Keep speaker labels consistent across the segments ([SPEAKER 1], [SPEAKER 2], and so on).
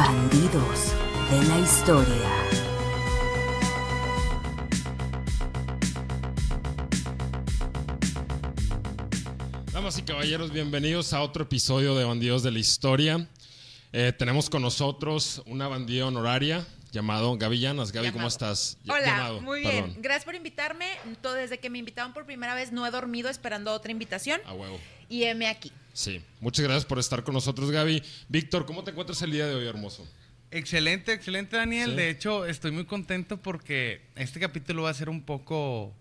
[SPEAKER 1] Bandidos de la historia.
[SPEAKER 2] Damas y caballeros, bienvenidos a otro episodio de Bandidos de la Historia. Eh, tenemos con nosotros una bandida honoraria llamado Gaby Llanas. Gaby, ¿cómo
[SPEAKER 3] Llamado.
[SPEAKER 2] estás? Ll-
[SPEAKER 3] Hola,
[SPEAKER 2] llamado,
[SPEAKER 3] muy bien.
[SPEAKER 2] perdón.
[SPEAKER 3] Gracias por invitarme. To- Desde que me invitaron por primera vez no he dormido esperando otra invitación
[SPEAKER 2] A huevo.
[SPEAKER 3] y heme aquí.
[SPEAKER 2] Sí, muchas gracias por estar con nosotros, Gaby. Víctor, ¿cómo te encuentras el día de hoy, hermoso?
[SPEAKER 4] Excelente, excelente Daniel.
[SPEAKER 2] Sí.
[SPEAKER 4] De hecho, estoy muy contento porque este capítulo va a ser un poco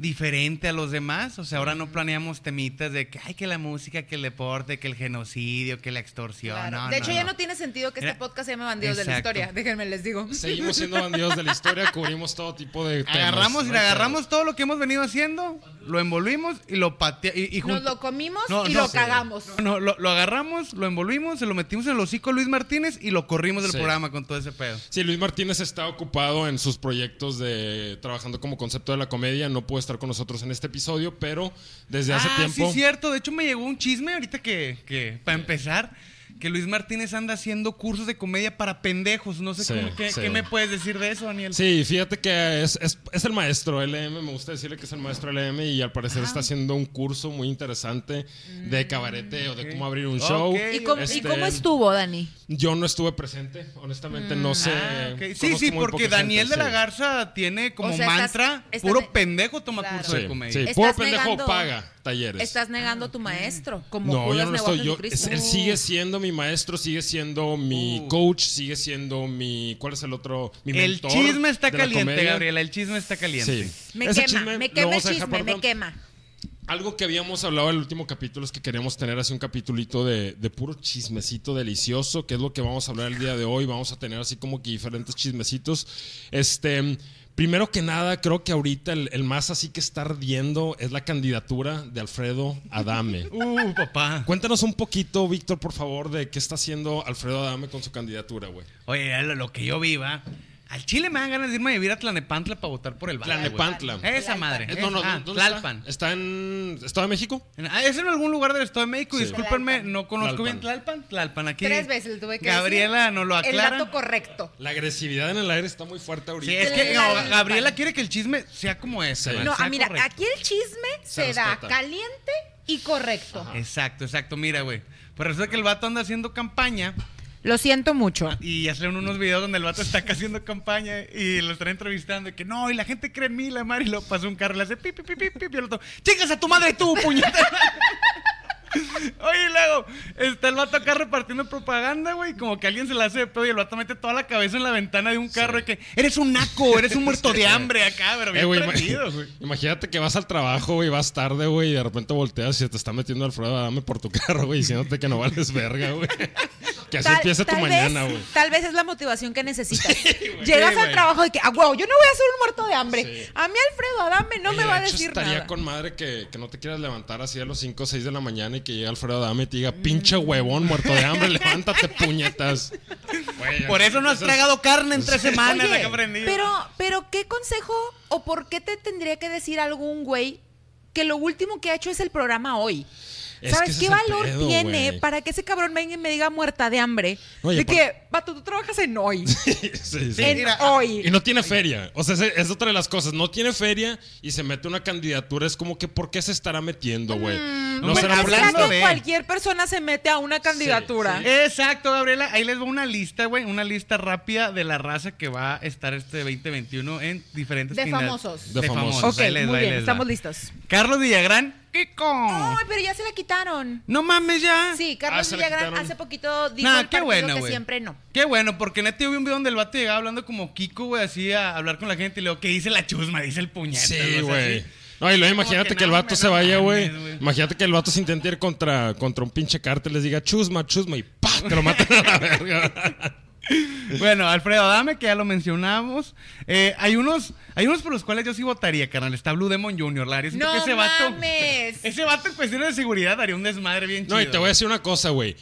[SPEAKER 4] diferente a los demás. O sea, ahora no planeamos temitas de que, ay, que la música, que el deporte, que el genocidio, que la extorsión.
[SPEAKER 3] Claro.
[SPEAKER 4] No,
[SPEAKER 3] de hecho,
[SPEAKER 4] no,
[SPEAKER 3] ya
[SPEAKER 4] no.
[SPEAKER 3] no tiene sentido que este
[SPEAKER 4] Era-
[SPEAKER 3] podcast se llame Bandidos de la
[SPEAKER 4] Exacto.
[SPEAKER 3] Historia. Déjenme les digo.
[SPEAKER 2] Seguimos siendo bandidos de la historia, cubrimos todo tipo de temas.
[SPEAKER 4] Agarramos y
[SPEAKER 2] No
[SPEAKER 4] le
[SPEAKER 2] hay
[SPEAKER 4] agarramos todo lo que hemos venido haciendo, lo envolvimos y lo pateamos. Y, y
[SPEAKER 3] Nos
[SPEAKER 4] junto-
[SPEAKER 3] lo comimos
[SPEAKER 4] No,
[SPEAKER 3] y
[SPEAKER 4] no,
[SPEAKER 3] lo
[SPEAKER 4] sí.
[SPEAKER 3] cagamos.
[SPEAKER 4] No, no, lo, lo agarramos, lo envolvimos, se lo metimos en el hocico a Luis Martínez y lo corrimos del
[SPEAKER 2] Sí.
[SPEAKER 4] programa con todo ese pedo.
[SPEAKER 2] Sí, Luis Martínez está ocupado en sus proyectos de trabajando como concepto de la comedia, no puede estar con nosotros en este episodio, pero desde hace
[SPEAKER 4] ah,
[SPEAKER 2] tiempo
[SPEAKER 4] Sí, cierto. De hecho, me llegó un chisme ahorita que, que para empezar, que Luis Martínez anda haciendo cursos de comedia para pendejos. No sé
[SPEAKER 2] Sí,
[SPEAKER 4] cómo- qué,
[SPEAKER 2] sí.
[SPEAKER 4] qué me puedes decir de eso, Daniel.
[SPEAKER 2] Sí, fíjate que es, es- es el maestro LM, me gusta decirle que es el maestro LM y al parecer está haciendo un curso muy interesante de cabarete o de
[SPEAKER 4] Mm, ok.
[SPEAKER 2] cómo abrir un
[SPEAKER 4] Ok,
[SPEAKER 2] show.
[SPEAKER 3] ¿Y, cómo, y
[SPEAKER 2] Este,
[SPEAKER 3] cómo estuvo, Dani?
[SPEAKER 2] Yo no estuve presente, honestamente no sé.
[SPEAKER 4] Ah, ok. Sí,
[SPEAKER 2] Conozco
[SPEAKER 4] sí,
[SPEAKER 2] muy
[SPEAKER 4] porque
[SPEAKER 2] poca
[SPEAKER 4] Daniel
[SPEAKER 2] gente,
[SPEAKER 4] de la
[SPEAKER 2] sí.
[SPEAKER 4] Garza tiene como
[SPEAKER 3] O sea, estás-
[SPEAKER 4] mantra,
[SPEAKER 3] estás-
[SPEAKER 4] puro pendejo toma
[SPEAKER 3] Claro.
[SPEAKER 4] curso
[SPEAKER 2] Sí,
[SPEAKER 4] de comedia.
[SPEAKER 2] sí,
[SPEAKER 3] Estás
[SPEAKER 2] puro pendejo
[SPEAKER 3] negando-
[SPEAKER 2] paga talleres.
[SPEAKER 3] Estás negando a tu maestro, como
[SPEAKER 2] Pues, No, yo
[SPEAKER 3] Judas
[SPEAKER 2] no lo
[SPEAKER 3] negó a
[SPEAKER 2] estoy. Yo, es-
[SPEAKER 3] Jesucristo.
[SPEAKER 2] él sigue siendo mi maestro, sigue siendo mi
[SPEAKER 4] Uh.
[SPEAKER 2] coach, sigue siendo mi. ¿Cuál es el otro? Mi
[SPEAKER 4] El
[SPEAKER 2] mentor
[SPEAKER 4] chisme está
[SPEAKER 2] de la
[SPEAKER 4] caliente,
[SPEAKER 2] comedia.
[SPEAKER 4] Gabriela. El chisme está caliente.
[SPEAKER 2] Sí.
[SPEAKER 3] Me
[SPEAKER 2] Ese
[SPEAKER 3] quema,
[SPEAKER 2] chisme
[SPEAKER 3] me
[SPEAKER 2] lo
[SPEAKER 3] quema el
[SPEAKER 2] vamos a dejar
[SPEAKER 3] chisme,
[SPEAKER 2] para
[SPEAKER 3] me
[SPEAKER 2] otro-
[SPEAKER 3] quema.
[SPEAKER 2] Algo que habíamos hablado en el último capítulo es que queríamos tener así un capitulito de, de puro chismecito delicioso, que es lo que vamos a hablar el día de hoy. Vamos a tener así como que diferentes chismecitos. Este, primero que nada, creo que ahorita el, el más así que está ardiendo es la candidatura de Alfredo Adame.
[SPEAKER 4] Uh, papá.
[SPEAKER 2] Cuéntanos un poquito, Víctor, por favor, de qué está haciendo Alfredo Adame con su candidatura, güey.
[SPEAKER 4] Oye, ya lo, lo que yo viva. Al Chile me dan ganas de irme a vivir a Tlanepantla para votar por el vato, güey.
[SPEAKER 2] Tlanepantla.
[SPEAKER 4] Esa madre.
[SPEAKER 2] Eh, No, no,
[SPEAKER 4] Ah,
[SPEAKER 2] ¿dónde
[SPEAKER 4] Tlalpan.
[SPEAKER 2] está? ¿Está en Estado de México?
[SPEAKER 4] En- ah, Es en algún lugar del Estado de México,
[SPEAKER 2] Sí.
[SPEAKER 4] discúlpenme,
[SPEAKER 3] Tlalpan.
[SPEAKER 4] no conozco bien Tlalpan. Tlalpan, aquí.
[SPEAKER 3] Tres veces le tuve que
[SPEAKER 4] Gabriela
[SPEAKER 3] decir
[SPEAKER 4] no lo
[SPEAKER 3] El
[SPEAKER 4] aclara.
[SPEAKER 3] dato correcto.
[SPEAKER 2] La agresividad en el aire está muy fuerte ahorita.
[SPEAKER 4] Sí, es que no,
[SPEAKER 3] Tlalpan.
[SPEAKER 4] Gabriela quiere que el chisme sea como ese.
[SPEAKER 2] Sí.
[SPEAKER 4] ¿verdad?
[SPEAKER 3] No,
[SPEAKER 4] Sea
[SPEAKER 3] ah, mira,
[SPEAKER 4] correcto.
[SPEAKER 3] aquí el chisme se,
[SPEAKER 2] Se
[SPEAKER 3] da
[SPEAKER 2] respeta.
[SPEAKER 3] caliente y correcto.
[SPEAKER 4] Exacto, exacto. Mira, güey. Pues resulta que el vato anda haciendo campaña
[SPEAKER 3] Lo siento mucho.
[SPEAKER 4] y ya salieron unos videos donde el vato está acá haciendo campaña y lo están entrevistando y que no, y la gente cree en mí, la madre, y lo pasó un carro y le hace pi, pi, pi, pi, pi, pi, y el otro, ¡Chingas a tu madre tú, puñetera! Oye, y luego está el vato acá repartiendo propaganda, güey. Como que alguien se la hace de pedo y el vato mete toda la cabeza en la ventana de un carro
[SPEAKER 2] Sí.
[SPEAKER 4] y que eres un naco, eres un muerto de hambre acá, pero
[SPEAKER 2] Eh,
[SPEAKER 4] bien
[SPEAKER 2] güey,
[SPEAKER 4] prendido,
[SPEAKER 2] imag-
[SPEAKER 4] güey.
[SPEAKER 2] Imagínate que vas al trabajo, güey, vas tarde, güey, y de repente volteas y te está metiendo Alfredo Adame por tu carro, güey, diciéndote que no vales verga, güey. Que así empieza tu mañana,
[SPEAKER 3] vez,
[SPEAKER 2] güey.
[SPEAKER 3] Tal vez es la motivación que necesitas. Llegas
[SPEAKER 4] Sí,
[SPEAKER 3] al
[SPEAKER 4] güey.
[SPEAKER 3] trabajo de que, ah, wow, yo no voy a ser un muerto de hambre.
[SPEAKER 2] Sí.
[SPEAKER 3] A mí Alfredo Adame no
[SPEAKER 2] Oye,
[SPEAKER 3] me
[SPEAKER 2] de
[SPEAKER 3] va a
[SPEAKER 2] hecho,
[SPEAKER 3] decir
[SPEAKER 2] estaría
[SPEAKER 3] nada.
[SPEAKER 2] con madre que, que no te quieras levantar así a los 5 o 6 de la mañana y que llegue Alfredo Adame y te diga, pinche
[SPEAKER 3] Mm.
[SPEAKER 2] huevón, muerto de hambre, levántate, puñetas. Güey,
[SPEAKER 4] Por eso no has
[SPEAKER 2] esas-
[SPEAKER 4] tragado carne en tres semanas,
[SPEAKER 3] Oye,
[SPEAKER 4] acá prendido.
[SPEAKER 3] pero, pero ¿qué consejo o por qué te tendría que decir algún güey que lo último que ha hecho es el programa hoy?
[SPEAKER 2] Es que
[SPEAKER 3] ¿Sabes
[SPEAKER 2] ese
[SPEAKER 3] qué
[SPEAKER 2] es el
[SPEAKER 3] valor
[SPEAKER 2] pedo,
[SPEAKER 3] tiene
[SPEAKER 2] güey.
[SPEAKER 3] para que ese cabrón venga y me diga muerta de hambre?
[SPEAKER 2] No, y
[SPEAKER 3] de
[SPEAKER 2] apar-
[SPEAKER 3] que, vato, tú trabajas en hoy.
[SPEAKER 2] Sí, sí.
[SPEAKER 3] en
[SPEAKER 4] mira,
[SPEAKER 3] hoy.
[SPEAKER 2] Y no tiene feria. O sea, ese- es otra de las cosas. No tiene feria y se mete una candidatura. Es como que, ¿por qué se estará metiendo, güey? No
[SPEAKER 4] pues,
[SPEAKER 2] será
[SPEAKER 3] Acá
[SPEAKER 2] por-
[SPEAKER 4] hablando
[SPEAKER 3] con
[SPEAKER 4] de-
[SPEAKER 3] cualquier persona se mete a una candidatura.
[SPEAKER 2] sí.
[SPEAKER 4] Exacto, Gabriela. Ahí les va una lista, güey. Una lista rápida de la raza que va a estar este 2021 en diferentes
[SPEAKER 3] De
[SPEAKER 4] tiendas.
[SPEAKER 3] famosos.
[SPEAKER 2] De famosos.
[SPEAKER 3] Ok,
[SPEAKER 4] Ahí les
[SPEAKER 3] muy
[SPEAKER 4] va, ahí
[SPEAKER 3] bien,
[SPEAKER 4] les va.
[SPEAKER 3] estamos listos.
[SPEAKER 4] Carlos Villagrán. ¡Kiko!
[SPEAKER 3] Ay, pero ya se la quitaron.
[SPEAKER 4] No mames ya.
[SPEAKER 3] Sí,
[SPEAKER 2] Ah,
[SPEAKER 3] Carlos
[SPEAKER 2] se la
[SPEAKER 3] Villagrán
[SPEAKER 2] quitaron.
[SPEAKER 3] hace poquito dijo
[SPEAKER 4] Nah,
[SPEAKER 3] el
[SPEAKER 4] qué
[SPEAKER 3] partido
[SPEAKER 4] bueno,
[SPEAKER 3] que
[SPEAKER 4] güey.
[SPEAKER 3] siempre no.
[SPEAKER 4] Qué bueno, porque neta yo vi un video donde el vato llegaba hablando como Kiko, güey, así a hablar con la gente y luego, ¿qué dice la chusma? Dice el puñete.
[SPEAKER 2] Sí, güey. No, y luego imagínate que,
[SPEAKER 4] que
[SPEAKER 2] el
[SPEAKER 4] no,
[SPEAKER 2] vato
[SPEAKER 4] hombre,
[SPEAKER 2] se
[SPEAKER 4] no
[SPEAKER 2] vaya, güey.
[SPEAKER 4] mames, güey.
[SPEAKER 2] Imagínate que el vato se intente ir contra, contra un pinche cártel, les diga chusma, chusma y ¡pa! Te lo matan a la verga.
[SPEAKER 4] Bueno, Alfredo Adame, que ya lo mencionamos. Eh, hay unos, hay unos por los cuales yo sí votaría, carnal. Está Blue Demon Jr., Larry.
[SPEAKER 3] ¡No
[SPEAKER 4] que ese vato,
[SPEAKER 3] mames!
[SPEAKER 4] Ese vato en cuestiones de seguridad daría un desmadre bien chido.
[SPEAKER 2] No, y te voy a decir una cosa, güey.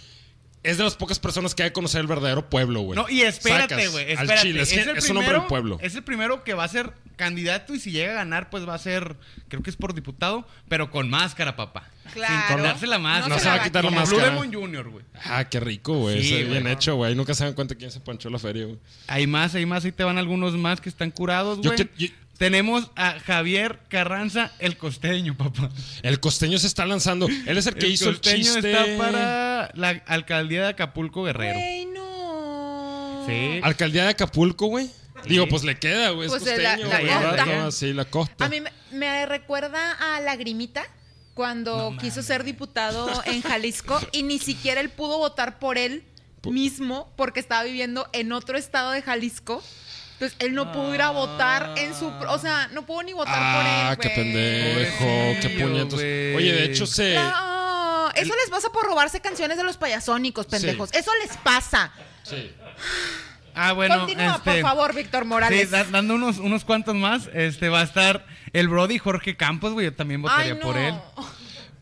[SPEAKER 2] es de las pocas personas que hay que conocer el verdadero pueblo, güey.
[SPEAKER 4] No, y espérate,
[SPEAKER 2] Sacas,
[SPEAKER 4] güey.
[SPEAKER 2] al
[SPEAKER 4] Espérate.
[SPEAKER 2] chile,
[SPEAKER 4] Es,
[SPEAKER 2] Es,
[SPEAKER 4] el
[SPEAKER 2] es un
[SPEAKER 4] primero,
[SPEAKER 2] hombre del pueblo.
[SPEAKER 4] Es el primero que va a ser candidato y si llega a ganar, pues va a ser, creo que es por diputado, pero con máscara, papá.
[SPEAKER 3] Claro.
[SPEAKER 4] Sin quitarse la máscara.
[SPEAKER 2] No se va a quitar la
[SPEAKER 4] Como
[SPEAKER 2] máscara.
[SPEAKER 4] Blue Demon Jr., güey.
[SPEAKER 2] Ah, qué rico, güey.
[SPEAKER 4] Sí,
[SPEAKER 2] Ese
[SPEAKER 4] güey,
[SPEAKER 2] bien
[SPEAKER 4] no.
[SPEAKER 2] hecho, güey. Nunca se dan cuenta quién se panchó la feria, güey.
[SPEAKER 4] Hay más, hay más. Ahí te van algunos más que están curados,
[SPEAKER 2] Yo
[SPEAKER 4] güey.
[SPEAKER 2] que- yo-
[SPEAKER 4] Tenemos a Javier Carranza, el costeño, papá.
[SPEAKER 2] El costeño se está lanzando. Él es el que hizo el
[SPEAKER 4] costeño
[SPEAKER 2] chiste.
[SPEAKER 4] está para la alcaldía de Acapulco Guerrero.
[SPEAKER 3] Güey, no.
[SPEAKER 4] Sí.
[SPEAKER 2] Alcaldía de Acapulco, güey. Digo, pues le queda, güey. Es
[SPEAKER 3] Pues es la-
[SPEAKER 2] costeño,
[SPEAKER 3] la
[SPEAKER 2] güey.
[SPEAKER 4] costa.
[SPEAKER 2] ¿verdad? No, sí, la costa.
[SPEAKER 3] A mí me, me recuerda a Lagrimita cuando
[SPEAKER 4] No
[SPEAKER 3] quiso
[SPEAKER 4] mames.
[SPEAKER 3] ser diputado en Jalisco y ni siquiera él pudo votar por él
[SPEAKER 2] Pu-
[SPEAKER 3] mismo porque estaba viviendo en otro estado de Jalisco. Entonces él no pudo ir a votar en su... pro- O sea, no pudo ni votar
[SPEAKER 2] Ah,
[SPEAKER 3] por
[SPEAKER 2] qué
[SPEAKER 3] él. güey.
[SPEAKER 2] pendejo, qué
[SPEAKER 4] Pobrecillo,
[SPEAKER 2] puñetos.
[SPEAKER 4] Pues, güey.
[SPEAKER 2] Oye, de hecho se.
[SPEAKER 3] No, eso les pasa por robarse canciones de los payasónicos, pendejos. Eso les pasa.
[SPEAKER 2] Sí.
[SPEAKER 4] Ah, bueno.
[SPEAKER 3] Continúa,
[SPEAKER 4] este,
[SPEAKER 3] por favor, Víctor
[SPEAKER 4] Sí,
[SPEAKER 3] Morales.
[SPEAKER 4] da- dando unos, unos cuantos más, este va a estar el Brody Jorge Campos, güey. Yo también votaría
[SPEAKER 3] Ay, no.
[SPEAKER 4] por él.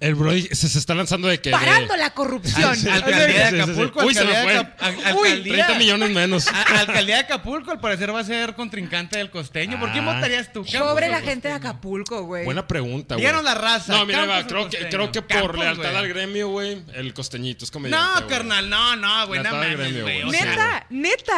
[SPEAKER 2] El Brody se, se está lanzando de que. de-
[SPEAKER 3] Parando la
[SPEAKER 4] Al-
[SPEAKER 3] corrupción.
[SPEAKER 2] Sí, sí,
[SPEAKER 4] alcaldía
[SPEAKER 2] sí,
[SPEAKER 4] de
[SPEAKER 2] sí, sí.
[SPEAKER 4] Acapulco,
[SPEAKER 2] Uy, se me
[SPEAKER 4] alcaldía de
[SPEAKER 2] fue.
[SPEAKER 4] Acap- al-
[SPEAKER 2] Uy,
[SPEAKER 4] alcaldía. Ah,
[SPEAKER 2] 30 millones menos.
[SPEAKER 4] A- alcaldía de Acapulco, al parecer va a ser contrincante del costeño. ¿Por quién
[SPEAKER 2] Ah.
[SPEAKER 4] votarías tú? Campos
[SPEAKER 3] Pobre
[SPEAKER 4] o
[SPEAKER 3] la
[SPEAKER 4] Costeño?
[SPEAKER 3] gente de Acapulco, güey.
[SPEAKER 2] Buena pregunta, güey.
[SPEAKER 4] Díganos la raza,
[SPEAKER 2] No, mira,
[SPEAKER 4] Campos
[SPEAKER 2] va,
[SPEAKER 4] o
[SPEAKER 2] creo que,
[SPEAKER 4] Costeño.
[SPEAKER 2] creo que por
[SPEAKER 4] Campos,
[SPEAKER 2] lealtad
[SPEAKER 4] güey.
[SPEAKER 2] al gremio, güey, el costeñito es comediante.
[SPEAKER 4] No,
[SPEAKER 2] güey.
[SPEAKER 4] carnal, no, no, güey.
[SPEAKER 2] La
[SPEAKER 4] No
[SPEAKER 2] estaba de
[SPEAKER 4] mames,
[SPEAKER 2] gremio,
[SPEAKER 4] güey.
[SPEAKER 2] güey.
[SPEAKER 4] o sea,
[SPEAKER 3] neta,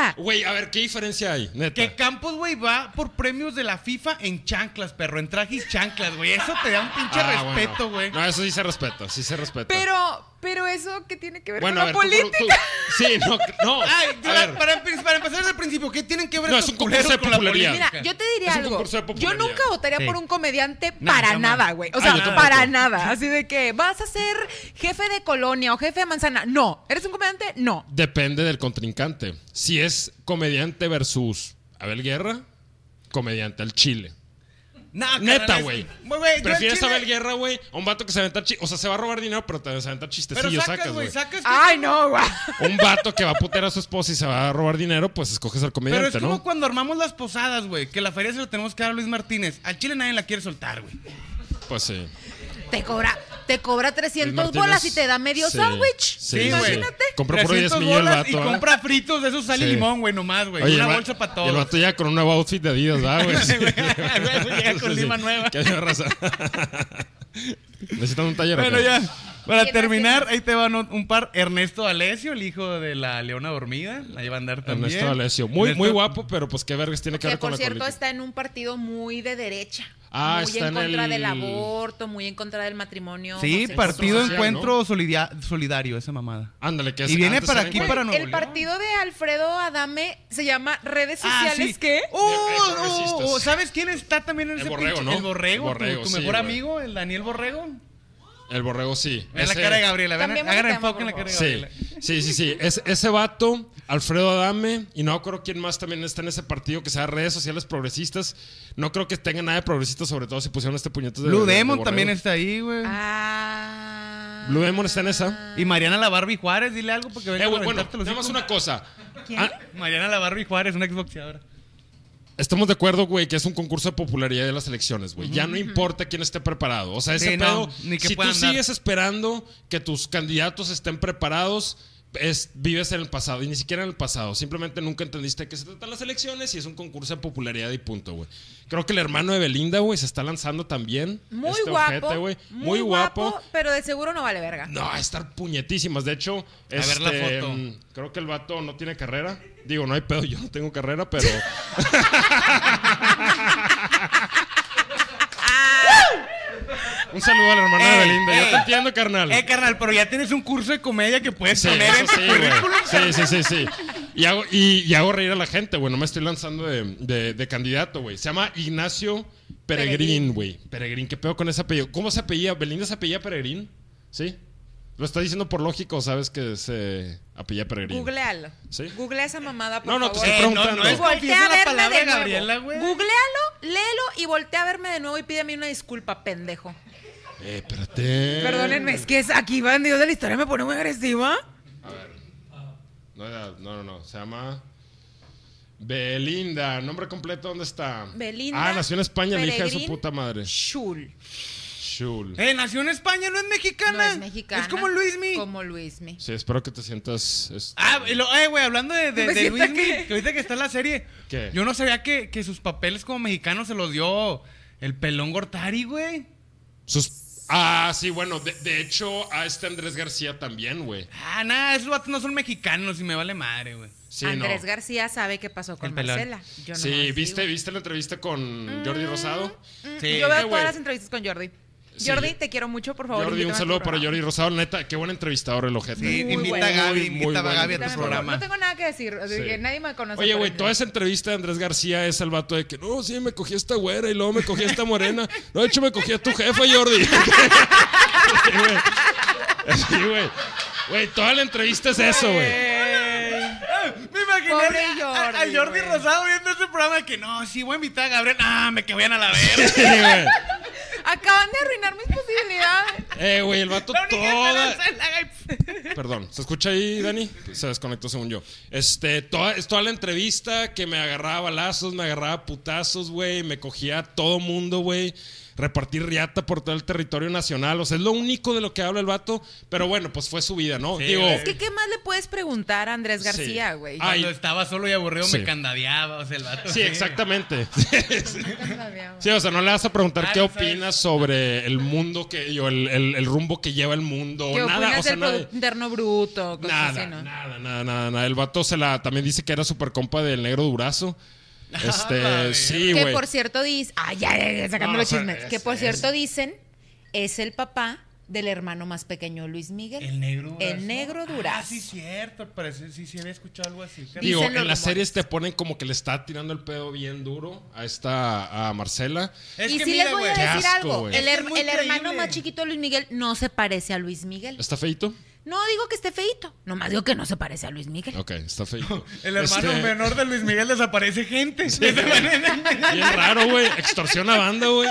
[SPEAKER 3] neta.
[SPEAKER 2] Güey, a ver, ¿qué diferencia hay? Neta.
[SPEAKER 4] Que Campos, güey, va por premios de la FIFA en chanclas, perro. En traje y chanclas, güey. Eso te da un pinche
[SPEAKER 2] Ah, bueno.
[SPEAKER 4] respeto, güey.
[SPEAKER 2] No, eso sí se respeta, sí se respeta.
[SPEAKER 3] Pero, pero eso que tiene que ver
[SPEAKER 2] bueno, a
[SPEAKER 3] con
[SPEAKER 2] ver,
[SPEAKER 3] la
[SPEAKER 2] tú- tú-
[SPEAKER 3] política.
[SPEAKER 2] sí, no, no.
[SPEAKER 4] Ay,
[SPEAKER 2] a
[SPEAKER 4] para,
[SPEAKER 2] ver.
[SPEAKER 4] para empe- para empezar desde el principio, ¿qué tienen que ver
[SPEAKER 2] No,
[SPEAKER 4] estos
[SPEAKER 2] es un concurso
[SPEAKER 4] culeros
[SPEAKER 2] de
[SPEAKER 4] con la
[SPEAKER 2] popularidad.
[SPEAKER 4] política?
[SPEAKER 3] Mira, yo te diría
[SPEAKER 2] Es un
[SPEAKER 3] algo.
[SPEAKER 2] concurso de
[SPEAKER 3] Yo
[SPEAKER 2] popularidad.
[SPEAKER 3] nunca votaría
[SPEAKER 4] Sí.
[SPEAKER 3] por un comediante
[SPEAKER 4] No,
[SPEAKER 3] para
[SPEAKER 4] jamás.
[SPEAKER 3] nada, güey. O
[SPEAKER 4] Ah,
[SPEAKER 3] sea,
[SPEAKER 4] yo tampoco.
[SPEAKER 3] para nada. Así de que vas a ser jefe de colonia o jefe de manzana. No. ¿Eres un comediante? No.
[SPEAKER 2] Depende del contrincante. Si es comediante versus Abel Guerra, comediante al chile.
[SPEAKER 4] No, carnal,
[SPEAKER 2] Neta,
[SPEAKER 4] Ah, es-
[SPEAKER 2] güey.
[SPEAKER 4] güey, yo
[SPEAKER 2] Prefieres
[SPEAKER 4] al chile-
[SPEAKER 2] a Abel Guerra, güey, a un vato que se va a aventar chi- O sea, se va a robar dinero, pero te va a aventar
[SPEAKER 4] Pero
[SPEAKER 2] chistecillos,
[SPEAKER 4] sacas,
[SPEAKER 2] sacas,
[SPEAKER 4] güey,
[SPEAKER 2] güey.
[SPEAKER 4] sacas. que-
[SPEAKER 3] Ay, no, güey.
[SPEAKER 2] Un vato que va a putear a su esposa y se va a robar dinero, pues escoges al
[SPEAKER 4] Pero
[SPEAKER 2] comediante,
[SPEAKER 4] es como
[SPEAKER 2] ¿no?
[SPEAKER 4] cuando armamos las posadas, güey, que la feria se lo tenemos que dar a Luis Martínez. Al Chile nadie la quiere soltar, güey.
[SPEAKER 2] Pues sí.
[SPEAKER 3] Te cobra, te cobra 300
[SPEAKER 2] Martínez,
[SPEAKER 3] bolas y te da medio
[SPEAKER 2] sí,
[SPEAKER 3] sándwich.
[SPEAKER 2] sí,
[SPEAKER 4] sí.
[SPEAKER 3] Imagínate.
[SPEAKER 2] Compra puro
[SPEAKER 4] 300
[SPEAKER 2] 10 millones el
[SPEAKER 4] bolas
[SPEAKER 2] vato.
[SPEAKER 4] Y
[SPEAKER 2] ¿eh?
[SPEAKER 4] compra fritos de esos sal y
[SPEAKER 2] Sí.
[SPEAKER 4] limón, güey, nomás, güey.
[SPEAKER 2] Oye,
[SPEAKER 4] Una
[SPEAKER 2] el va-
[SPEAKER 4] bolsa
[SPEAKER 2] Y
[SPEAKER 4] para
[SPEAKER 2] el
[SPEAKER 4] todos.
[SPEAKER 2] vato llega con un nuevo outfit de Adidas, ¿verdad, güey? Sí.
[SPEAKER 4] Llega con
[SPEAKER 2] Sí, sí.
[SPEAKER 4] lima nueva.
[SPEAKER 2] Que haya raza. Necesitan un taller.
[SPEAKER 4] Bueno,
[SPEAKER 2] acá.
[SPEAKER 4] ya. Para
[SPEAKER 3] ¿Quién
[SPEAKER 4] terminar,
[SPEAKER 3] hace?
[SPEAKER 4] ahí te van un un par. Ernesto Alesio, el hijo de la leona dormida. Ahí va a andar también.
[SPEAKER 2] Ernesto Alessio. Muy, muy
[SPEAKER 4] Ernesto-
[SPEAKER 2] guapo, pero pues qué vergas tiene que
[SPEAKER 3] Que
[SPEAKER 2] ver con
[SPEAKER 3] por
[SPEAKER 2] la
[SPEAKER 3] cierto este-
[SPEAKER 2] política.
[SPEAKER 3] está en un partido muy de derecha.
[SPEAKER 2] Ah,
[SPEAKER 3] muy
[SPEAKER 2] está
[SPEAKER 3] en
[SPEAKER 2] en
[SPEAKER 3] contra
[SPEAKER 2] el-
[SPEAKER 3] del aborto, muy en contra del matrimonio.
[SPEAKER 4] Sí,
[SPEAKER 3] homosexual.
[SPEAKER 4] partido
[SPEAKER 2] Social,
[SPEAKER 4] encuentro solidia- solidario, esa mamada.
[SPEAKER 2] Ándale, que
[SPEAKER 4] Y
[SPEAKER 2] hace-
[SPEAKER 4] viene
[SPEAKER 2] antes
[SPEAKER 4] para
[SPEAKER 2] era
[SPEAKER 4] aquí,
[SPEAKER 2] en-
[SPEAKER 3] Güey,
[SPEAKER 4] para Nuevo
[SPEAKER 3] El
[SPEAKER 4] León.
[SPEAKER 3] partido de Alfredo Adame se llama Redes
[SPEAKER 4] Ah,
[SPEAKER 3] Sociales,
[SPEAKER 4] sí.
[SPEAKER 3] ¿qué?
[SPEAKER 4] ¡Oh!
[SPEAKER 2] De- de
[SPEAKER 4] oh,
[SPEAKER 2] progresistas.
[SPEAKER 4] oh, ¿Sabes quién está también en
[SPEAKER 2] El
[SPEAKER 4] ese
[SPEAKER 2] Borrego,
[SPEAKER 4] pinche-
[SPEAKER 2] ¿no?
[SPEAKER 4] El borrego,
[SPEAKER 2] El
[SPEAKER 4] tu-
[SPEAKER 2] Borrego,
[SPEAKER 4] tu,
[SPEAKER 2] sí,
[SPEAKER 4] mejor
[SPEAKER 2] güey.
[SPEAKER 4] amigo, el Daniel Borrego.
[SPEAKER 2] El borrego sí.
[SPEAKER 4] Ve la
[SPEAKER 2] Ese-
[SPEAKER 4] cara de Gabriela, vean,
[SPEAKER 3] Cambiemos de
[SPEAKER 4] agarra
[SPEAKER 3] tema,
[SPEAKER 4] enfoque en la
[SPEAKER 3] por
[SPEAKER 4] cara de
[SPEAKER 2] Sí,
[SPEAKER 4] Gabriela.
[SPEAKER 2] sí, sí, sí. Es, ese vato, Alfredo Adame, y no creo quién más también está en ese partido que sea redes sociales progresistas. No creo que tenga nada de progresistas, sobre todo si pusieron este puñetazo de.
[SPEAKER 4] Blue
[SPEAKER 2] de- de
[SPEAKER 4] Demon
[SPEAKER 2] borrego.
[SPEAKER 4] también está ahí, güey.
[SPEAKER 3] Ah.
[SPEAKER 2] Blue Demon está en esa.
[SPEAKER 4] Y Mariana la Barbie Juárez, dile algo porque venga
[SPEAKER 2] Eh,
[SPEAKER 4] a
[SPEAKER 2] güey, bueno,
[SPEAKER 4] aventarte los
[SPEAKER 2] nada más
[SPEAKER 4] hijos.
[SPEAKER 2] una cosa.
[SPEAKER 3] ¿Quién?
[SPEAKER 2] Ah,
[SPEAKER 4] Mariana la Barbie Juárez, una exboxeadora.
[SPEAKER 2] Estamos de acuerdo, güey, que es un concurso de popularidad de las elecciones, güey. Ya no importa quién esté preparado. O sea, ese
[SPEAKER 4] Sí, no,
[SPEAKER 2] pedo.
[SPEAKER 4] ni que
[SPEAKER 2] si tú
[SPEAKER 4] puedan dar.
[SPEAKER 2] sigues esperando que tus candidatos estén preparados, es- vives en el pasado. Y ni siquiera en el pasado. Simplemente nunca entendiste de qué se tratan las elecciones y es un concurso de popularidad y punto, güey. Creo que el hermano de Belinda, güey, se está lanzando también.
[SPEAKER 3] Muy
[SPEAKER 2] Este
[SPEAKER 3] guapo.
[SPEAKER 2] ojete, güey.
[SPEAKER 3] muy, guapo, pero de seguro no vale verga.
[SPEAKER 2] No, a estar puñetísimas. De hecho,
[SPEAKER 4] ver
[SPEAKER 2] este,
[SPEAKER 4] la foto.
[SPEAKER 2] mm, Creo que el vato no tiene carrera. Digo, no hay pedo, yo no tengo carrera, pero. Un saludo a la hermana de
[SPEAKER 4] Ey,
[SPEAKER 2] Belinda. Yo
[SPEAKER 4] ey.
[SPEAKER 2] te entiendo, carnal.
[SPEAKER 4] Eh, carnal, pero ya tienes un curso de comedia que puedes
[SPEAKER 2] Sí,
[SPEAKER 4] poner en
[SPEAKER 2] eso
[SPEAKER 4] tu
[SPEAKER 2] sí, güey.
[SPEAKER 4] currículum.
[SPEAKER 2] sí, sí, sí, sí. Y hago, y, y hago reír a la gente, güey. No me estoy lanzando de, de- de candidato, güey. Se llama Ignacio Peregrín,
[SPEAKER 3] Peregrín.
[SPEAKER 2] güey. Peregrín, ¿qué pedo con ese apellido? ¿Cómo se apellía? ¿Belinda se apellía Peregrín? ¿Sí? Lo está diciendo por lógico, ¿sabes? Que se apellía Peregrín.
[SPEAKER 3] Googlealo.
[SPEAKER 2] ¿Sí.
[SPEAKER 3] Googlea esa mamada, por
[SPEAKER 2] No, no, te
[SPEAKER 3] favor.
[SPEAKER 2] estoy
[SPEAKER 4] Eh, no, no,
[SPEAKER 2] preguntando.
[SPEAKER 4] es
[SPEAKER 2] no,
[SPEAKER 4] como-
[SPEAKER 3] Pues Voltea a
[SPEAKER 4] Confiesa la
[SPEAKER 3] verme de
[SPEAKER 4] palabra de
[SPEAKER 3] nuevo.
[SPEAKER 4] Gabriela, güey.
[SPEAKER 3] Googlealo, léelo y voltea a verme de nuevo y pídeme una disculpa, pendejo.
[SPEAKER 2] Eh, espérate.
[SPEAKER 3] Perdónenme, es que es aquí van Dios de la historia me pone muy agresiva.
[SPEAKER 2] No, no, no, no. Se llama... Belinda, nombre completo, ¿dónde está?
[SPEAKER 3] Belinda
[SPEAKER 2] Ah, nació en España, la hija de su
[SPEAKER 3] Peregrín
[SPEAKER 2] puta madre.
[SPEAKER 3] Shul.
[SPEAKER 2] Shul.
[SPEAKER 4] Eh, nació en España, no es mexicana.
[SPEAKER 3] No es mexicana.
[SPEAKER 4] Es como Luismi.
[SPEAKER 3] Como Luismi.
[SPEAKER 2] Sí, espero que te sientas. este, es-
[SPEAKER 4] Ah, y lo- eh, güey, hablando de, de,
[SPEAKER 3] Me
[SPEAKER 4] de
[SPEAKER 3] siento
[SPEAKER 4] Luismi,
[SPEAKER 3] que-
[SPEAKER 4] que... ahorita que está la serie,
[SPEAKER 2] ¿Qué?
[SPEAKER 4] yo no sabía que, que sus papeles como mexicanos se los dio el pelón Gortari, güey.
[SPEAKER 2] Sus- Ah, sí, bueno, de, de hecho, a este Andrés García también, güey.
[SPEAKER 4] Ah, nada, esos vatos no son mexicanos y me vale madre, güey.
[SPEAKER 2] Sí,
[SPEAKER 3] Andrés
[SPEAKER 2] no.
[SPEAKER 3] García sabe qué pasó con
[SPEAKER 4] El pelón.
[SPEAKER 3] Marcela. Yo no
[SPEAKER 2] Sí,
[SPEAKER 3] más
[SPEAKER 2] ¿viste,
[SPEAKER 3] digo.
[SPEAKER 2] ¿viste la entrevista con Jordi Rosado?
[SPEAKER 3] Mm,
[SPEAKER 4] Sí.
[SPEAKER 3] Yo veo
[SPEAKER 2] Eh,
[SPEAKER 3] todas
[SPEAKER 2] güey.
[SPEAKER 3] las entrevistas con Jordi.
[SPEAKER 2] Sí.
[SPEAKER 3] Jordi, te quiero mucho, por favor.
[SPEAKER 2] Jordi,
[SPEAKER 3] invítame
[SPEAKER 2] un
[SPEAKER 3] a tu
[SPEAKER 2] saludo para
[SPEAKER 3] programa.
[SPEAKER 2] Jordi Rosado. Neta, qué buen entrevistador, el ojete.
[SPEAKER 1] Sí,
[SPEAKER 3] Muy
[SPEAKER 1] invita
[SPEAKER 3] bueno.
[SPEAKER 1] a Gaby,
[SPEAKER 2] Muy, muy
[SPEAKER 1] invita a Gaby a
[SPEAKER 2] bueno.
[SPEAKER 1] tu
[SPEAKER 3] Invítame, por favor.
[SPEAKER 1] programa.
[SPEAKER 3] No tengo nada que decir. o sea,
[SPEAKER 2] este Sí.
[SPEAKER 3] que Nadie me conoce.
[SPEAKER 2] Oye,
[SPEAKER 3] por
[SPEAKER 2] güey,
[SPEAKER 3] ejemplo.
[SPEAKER 2] toda esa entrevista de Andrés García es al vato de que no, sí, me cogí a esta güera y luego me cogí a esta morena. No, de hecho, me cogí a tu jefa, Jordi. Sí, güey. Así, güey. Güey, toda la entrevista es eso, güey.
[SPEAKER 3] Eh.
[SPEAKER 4] Ah, Me imaginé
[SPEAKER 3] Pobre
[SPEAKER 4] a, a- a
[SPEAKER 3] Jordi,
[SPEAKER 4] Jordi
[SPEAKER 3] güey.
[SPEAKER 4] Rosado viendo ese programa que no, sí, voy a invitar a Gabriel. Ah, me que vayan a la verga.
[SPEAKER 2] Sí, güey.
[SPEAKER 3] Acaban de arruinar mis posibilidades.
[SPEAKER 2] Eh, güey, el vato
[SPEAKER 4] La única
[SPEAKER 2] toda.
[SPEAKER 4] esperanza es la Gaby.
[SPEAKER 2] Perdón, ¿se escucha ahí, Dani? Se desconectó según yo. Este, toda, es toda la entrevista que me agarraba balazos, me agarraba putazos, güey, me cogía a todo mundo, güey. Repartir riata por todo el territorio nacional. O sea, es lo único de lo que habla el vato. Pero bueno, pues fue su vida, ¿no?
[SPEAKER 4] Sí,
[SPEAKER 2] Digo.
[SPEAKER 4] güey.
[SPEAKER 3] Es que, ¿qué más le puedes preguntar a Andrés García,
[SPEAKER 2] Sí.
[SPEAKER 3] güey?
[SPEAKER 2] Ah,
[SPEAKER 4] Cuando
[SPEAKER 2] Ay.
[SPEAKER 4] estaba solo y aburrido
[SPEAKER 2] Sí.
[SPEAKER 4] me candadeaba, o sea, el vato.
[SPEAKER 2] Sí, exactamente.
[SPEAKER 3] Nunca me había-
[SPEAKER 2] Sí, o sea, no le vas a preguntar
[SPEAKER 3] Ah,
[SPEAKER 4] Claro,
[SPEAKER 2] qué
[SPEAKER 4] ¿sabes?
[SPEAKER 2] opinas sobre el mundo que. yo el, el- el rumbo que lleva el mundo.
[SPEAKER 3] ¿Qué
[SPEAKER 2] nada,
[SPEAKER 3] opinas
[SPEAKER 2] o sea,
[SPEAKER 3] del
[SPEAKER 2] nada-
[SPEAKER 3] Producto Interno Bruto? Cosas
[SPEAKER 2] Nada,
[SPEAKER 3] así, ¿no?
[SPEAKER 2] nada, nada, nada, nada. El vato se la también dice que era super compa del negro durazo. Este,
[SPEAKER 4] verga.
[SPEAKER 2] sí,
[SPEAKER 3] Ah, que
[SPEAKER 2] güey.
[SPEAKER 3] por cierto dice, ah, ya, ya, ya, sacando
[SPEAKER 2] No,
[SPEAKER 3] los
[SPEAKER 2] o sea,
[SPEAKER 3] chismes,
[SPEAKER 2] es-
[SPEAKER 3] que por
[SPEAKER 2] es-
[SPEAKER 3] cierto dicen es el papá del hermano más pequeño Luis Miguel.
[SPEAKER 4] El negro durazo.
[SPEAKER 3] El negro durazo.
[SPEAKER 4] Ah, sí, cierto. Parece, sí, sí, había escuchado algo así. Pero-
[SPEAKER 2] Digo,
[SPEAKER 3] dicen los
[SPEAKER 2] en las
[SPEAKER 3] rumores.
[SPEAKER 2] series te ponen como que le está tirando el pedo bien duro a esta a Marcela.
[SPEAKER 4] Es
[SPEAKER 3] y
[SPEAKER 4] que
[SPEAKER 3] sí
[SPEAKER 4] mira,
[SPEAKER 3] les voy a
[SPEAKER 4] güey.
[SPEAKER 2] Qué
[SPEAKER 3] decir
[SPEAKER 2] asco,
[SPEAKER 3] algo,
[SPEAKER 2] güey.
[SPEAKER 3] el,
[SPEAKER 4] Es que
[SPEAKER 3] her-
[SPEAKER 4] es muy
[SPEAKER 3] el hermano
[SPEAKER 4] creíble.
[SPEAKER 3] más chiquito de Luis Miguel no se parece a Luis Miguel.
[SPEAKER 2] ¿Está feito?
[SPEAKER 3] No digo que esté feito, nomás digo que no se parece a Luis Miguel.
[SPEAKER 2] Ok, está feito.
[SPEAKER 4] El hermano
[SPEAKER 2] Este,
[SPEAKER 4] menor de Luis Miguel desaparece gente. De esa manera.
[SPEAKER 2] Bien raro, güey. Extorsiona banda, güey.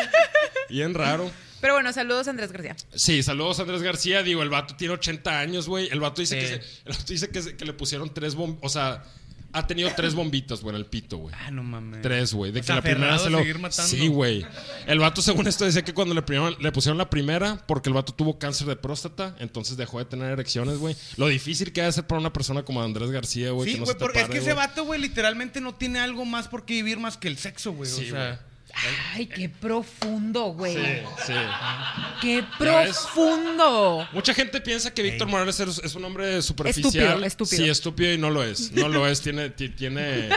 [SPEAKER 2] Bien raro.
[SPEAKER 3] Pero bueno, saludos Andrés García.
[SPEAKER 2] Sí, saludos Andrés García. Digo, el vato tiene 80 años, güey. El vato dice,
[SPEAKER 4] Sí.
[SPEAKER 2] que, se- el vato dice que, se- que le pusieron tres bomb... O sea, ha tenido tres bombitas, güey, en el pito, güey.
[SPEAKER 4] Ah, no mames.
[SPEAKER 2] Tres, güey. De
[SPEAKER 4] O
[SPEAKER 2] que
[SPEAKER 4] sea,
[SPEAKER 2] la primera
[SPEAKER 4] aferrado a
[SPEAKER 2] se lo.
[SPEAKER 4] seguir matando.
[SPEAKER 2] Sí, güey. El vato, según esto, decía que cuando le, primero- le pusieron la primera, porque el vato tuvo cáncer de próstata, entonces dejó de tener erecciones, güey. Lo difícil que ha de ser para una persona como Andrés García, güey.
[SPEAKER 4] Sí,
[SPEAKER 2] que no
[SPEAKER 4] güey,
[SPEAKER 2] se te
[SPEAKER 4] porque es
[SPEAKER 2] pare,
[SPEAKER 4] que ese
[SPEAKER 2] güey.
[SPEAKER 4] vato, güey, literalmente no tiene algo más por qué vivir más que el sexo, güey.
[SPEAKER 2] Sí,
[SPEAKER 4] o sea,
[SPEAKER 3] Ay, qué profundo, güey.
[SPEAKER 2] Sí, sí.
[SPEAKER 3] Qué
[SPEAKER 2] ¿Ya ves?
[SPEAKER 3] profundo.
[SPEAKER 2] Mucha gente piensa que Víctor Morales es, es un hombre superficial.
[SPEAKER 3] Estúpido, estúpido.
[SPEAKER 2] Sí, estúpido y no lo es. No lo es. Tiene, ti- tiene